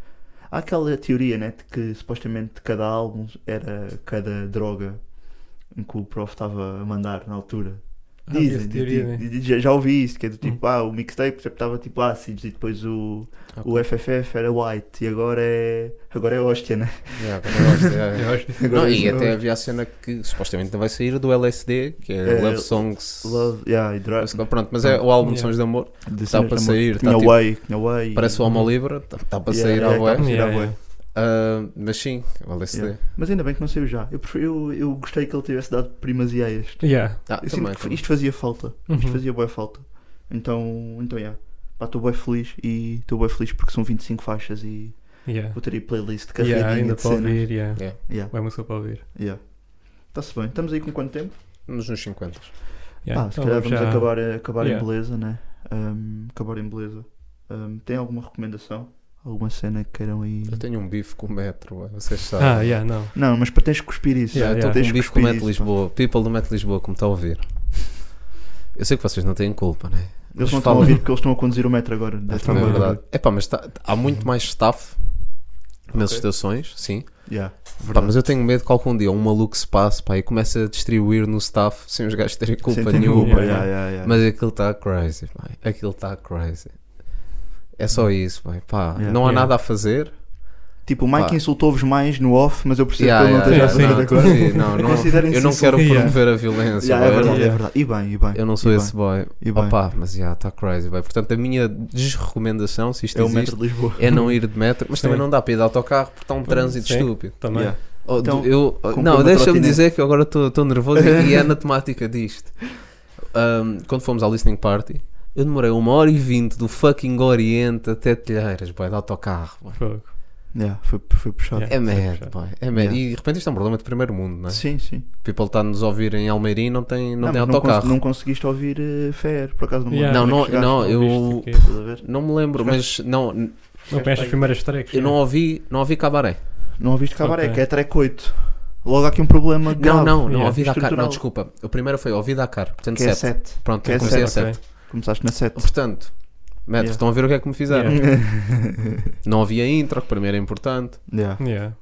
S6: Há aquela teoria, né? De que supostamente cada álbum era cada droga em que o prof estava a mandar na altura.
S8: Ah,
S6: Dizem,
S8: essa
S6: di-
S8: teoria,
S6: di-
S8: né?
S6: di- já, já ouvi isso, que é
S7: Hum.
S6: do tipo, ah, o mixtape sempre estava tipo ácidos e depois o, o FFF era white e agora é, agora é hóstia, né?
S7: Yeah, também gosto, yeah, yeah.
S8: Eu acho que-
S6: Agora
S7: Não,
S6: é
S7: e
S6: isso,
S7: até havia a cena que supostamente vai sair do LSD, que é,
S6: É,
S7: Love Songs.
S6: Love, yeah, e dra-
S7: Pronto, mas é o álbum de
S8: Yeah.
S7: Sons de Amor.
S6: de
S7: Está
S6: cenas
S7: para
S6: da
S7: tá sair,
S6: música.
S7: está
S6: Tinha
S7: tipo-
S6: Way, tinha Way.
S7: Parece o
S6: e-
S7: Alma Livre, está
S6: Yeah,
S7: para sair
S6: yeah,
S7: à
S6: tá
S7: web.
S6: para sair à
S8: Yeah,
S6: bué.
S8: yeah.
S7: mas sim, o LSD.
S6: Yeah. Mas ainda bem que não saiu já. Eu, prefiro- eu, eu gostei que ele tivesse dado primazia a este.
S8: Yeah.
S7: Ah,
S6: Eu sinto
S7: também,
S6: que
S7: também.
S6: isto fazia falta. Isto
S8: Uhum.
S6: fazia boa falta. Então, então, yeah. Pá, estou bem feliz e estou bem feliz porque são 25 faixas e
S8: Yeah.
S6: vou ter aí playlist de carreirinha
S8: Yeah, ainda
S6: de
S8: para
S6: cenas.
S8: ouvir, yeah.
S6: Yeah,
S8: Vai música para ouvir.
S6: yeah. Está-se bem. Estamos aí com quanto tempo?
S7: Nos nos 50.
S8: Yeah.
S6: Pá, se
S8: Então
S6: calhar
S8: vamos
S6: vamos
S8: já-
S6: acabar, eh, acabar
S8: Yeah.
S6: em beleza, né? Ahm, acabar em beleza. Ahm, tem alguma recomendação? Alguma cena que queiram aí?
S7: Eu tenho um bife com o metro, ué, vocês sabem.
S8: Ah, yeah, não.
S6: Não, mas para tens que cuspir isso.
S8: Yeah,
S7: eu
S8: yeah.
S7: estou
S6: Tens
S7: com um
S6: que
S7: bife com o
S6: cuspir
S7: Metro
S6: isso, pá.
S7: Lisboa. People do Metro Lisboa, como está a ouvir. Eu sei que vocês não têm culpa, né?
S6: Eles não
S7: Mas
S6: estão a
S7: fala-
S6: ouvir porque eles estão a conduzir o metro agora. da
S7: É
S6: tramvai.
S7: verdade. Epá, mas tá- há muito mais staff nas estações, sim.
S6: Yeah.
S7: Pá, É mas eu tenho medo que algum dia um maluco se passe pá, e comece a distribuir no staff sem os gajos terem culpa
S6: Sentem
S7: nenhuma. né?
S6: culpa,
S8: yeah.
S6: yeah, yeah, yeah.
S7: Mas aquilo está crazy, pá. aquilo está crazy. É só isso, pá. Pá,
S6: Yeah.
S7: não há
S8: Yeah.
S7: nada a fazer.
S6: Tipo, o Mike
S7: Pá.
S6: insultou-vos mais no off, mas eu percebo
S7: Yeah,
S6: que ele não esteja
S7: yeah,
S6: a
S7: yeah,
S6: fazer
S7: não,
S6: agora.
S7: sim, não, não-
S6: Considerem-se
S7: eu não quero
S8: insultados.
S7: promover a violência.
S6: Yeah, é
S7: pá.
S6: verdade,
S7: Eu-
S6: é verdade. E bem, e bem.
S7: Eu não sou
S6: e
S7: esse
S6: Bem.
S7: boy.
S6: E bem.
S7: Opa, mas já, está crazy, boy. Portanto, a minha desrecomendação, se isto
S6: É o
S7: existe,
S6: metro de Lisboa.
S7: é não ir de metro, mas também
S8: Sim.
S7: não dá para ir de autocarro porque está um trânsito
S8: Sim.
S7: estúpido.
S8: Também.
S6: Yeah.
S7: Oh,
S6: Então,
S7: du- eu, oh,
S6: compra
S7: não,
S6: uma
S7: deixa-me
S6: trotinete.
S7: dizer que agora estou estou nervoso e e é na temática disto. Um, quando fomos à listening party, eu demorei uma hora e vinte do fucking Oriente até Telheiras, boy, de autocarro. boy.
S8: Fogo.
S6: Yeah, foi, foi puxado.
S8: Yeah.
S7: É merda,
S8: puxado.
S7: boy, é merda.
S6: Yeah.
S7: E de repente isto é um problema de primeiro mundo, não é?
S6: Sim, sim.
S7: People está a nos ouvir em Almeirim e não tem, não tem
S6: mas cons-
S7: autocarro.
S6: não conseguiste ouvir eh, Fair, por acaso não me
S8: Yeah.
S6: lembro
S7: Não,
S6: como é que
S7: não,
S6: chegaste.
S7: Eu-
S8: Viste que-
S6: Estás a ver?
S7: Não me lembro, mas não,
S8: Não conhece as primeiras tracks.
S7: eu não ouvi, não ouvi cabaré.
S6: Não ouviste Cabaré,
S8: Ok.
S6: que é track 8. Logo há aqui um problema
S7: Não,
S6: grave. é
S7: não, não
S8: yeah,
S7: ouvi Dakar.
S6: estrutural.
S7: Não, desculpa. O primeiro foi ouvi Dakar, portanto
S6: Que é
S7: 7.
S6: 7.
S7: Pronto,
S6: que
S7: eu
S6: é
S7: comecei a
S8: sete,
S7: 7.
S6: Começaste na 7.
S7: Portanto, Matt,
S6: Yeah.
S7: estão a ver o que é que me fizeram.
S8: Yeah.
S7: Não ouvi a intro, que para mim era importante,
S6: Yeah.
S8: Yeah.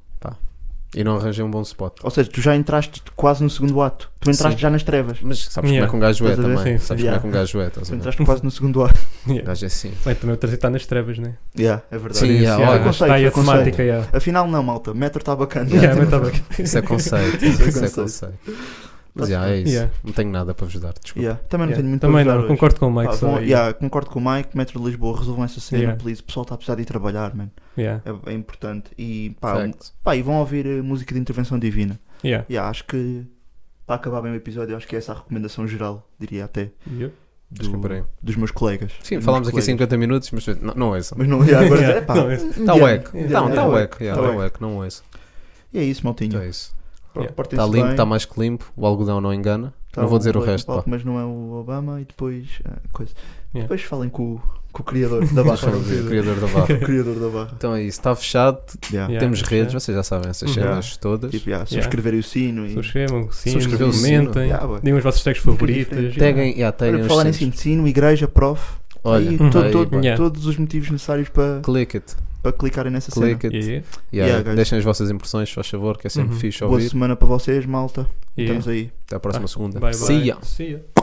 S7: e não arranjei um bom spot.
S6: Ou seja, tu já entraste quase no segundo ato. Tu entraste
S7: Sim.
S6: já nas trevas.
S7: Mas sabes
S8: Yeah.
S7: como é que um gajo é
S6: Estás a ver?
S7: também.
S8: Sim, sim.
S7: Sabes
S6: Yeah.
S7: como é que um gajo é, estás
S6: Tu
S7: a ver?
S6: entraste quase no segundo ato.
S7: O
S8: Yeah.
S7: gajo é assim.
S8: Bem, também o trânsito está nas trevas, né?
S6: Yeah, é verdade.
S7: Sim,
S8: Por isso,
S7: yeah, olha, tá
S8: está Tá aí a
S6: gostei, gostei.
S8: temática. Yeah.
S6: Afinal, não, malta. Metro está bacana.
S8: Yeah,
S6: Tipo,
S8: mas tá bem.
S7: Isso é conceito.
S6: Isso é
S7: Isso é
S6: conceito.
S7: conceito. Mas já, é isso.
S8: Yeah.
S7: Não tenho nada para vos dar, desculpa.
S6: Yeah. Também não
S8: Yeah.
S6: tenho muito
S8: Também
S6: para
S8: não,
S6: ajudar hoje.
S8: concordo com o Mike.
S6: Pá,
S8: só
S6: vão-
S8: aí.
S6: yeah, concordo com o Mike, Metro de Lisboa, resolvam essa cena,
S8: Yeah.
S6: please. O pessoal está a precisar de ir trabalhar, man.
S8: Yeah.
S6: É, é importante. E pá, um-
S7: Facts.
S6: pá, e vão ouvir eh, música de intervenção divina.
S8: Yeah.
S6: Yeah, acho que para acabar bem o episódio, acho que essa é a recomendação geral, diria até,
S8: Yep.
S7: Acho que é por aí.
S6: dos meus colegas.
S7: Sim,
S6: Dos
S7: falámos
S6: meus
S7: aqui
S6: colegas.
S7: 50 minutos, mas não, não é ouçam.
S6: Mas não, yeah, agora
S8: Yeah.
S6: é pá.
S8: Não, é-
S7: Está
S6: yeah.
S7: wack. Está
S6: Yeah,
S7: tá
S6: é
S7: wack.
S6: tá
S7: yeah, Está
S6: wack.
S7: wack, não ouçam.
S6: E é isso, maltinho.
S7: Então é isso.
S8: Yeah.
S7: Está limpo, está mais que limpo, o algodão não engana. Tá não vou dizer o resto. tá. pá.
S6: Tá Mas não é o Obama e depois. ah, coisa.
S8: Yeah.
S6: Depois falem com, o- com o criador da barra.
S7: Deixa-me dizer, criador da barra.
S6: o criador da barra.
S7: Então é isso, está fechado.
S6: Yeah.
S8: Yeah.
S7: Temos redes,
S8: yeah.
S7: vocês já sabem essas
S8: Yeah.
S7: cenas todas.
S6: Tá Tipo, yeah, subscreverem o sino e.
S8: Subscrevam, sim,
S7: Subscrevam o sino.
S8: comentem,
S6: Yeah, boy.
S8: deem os vossos tags favoritas.
S7: Taguem, yeah,
S6: Olha,
S7: taguem
S6: por
S7: os
S6: falar em
S7: sinos.
S6: sino, sino, igreja, prof.
S7: Olha,
S6: aí,
S7: tá
S6: todo-
S7: aí,
S6: todo-
S7: pá.
S8: Yeah.
S6: todos os motivos necessários para,
S7: click it,
S6: para clicarem nessa cena.
S7: click it.
S8: Yeah. Yeah.
S7: Yeah,
S6: Yeah, guys.
S7: Deixem as vossas impressões, se faz favor, que é sempre
S8: Uhum.
S7: fixe
S6: Boa Ah.
S7: ouvir.
S6: semana para vocês, malta.
S8: Yeah.
S6: Estamos aí.
S7: Até à próxima segunda.
S8: Bye, bye.
S7: See ya.
S8: See ya.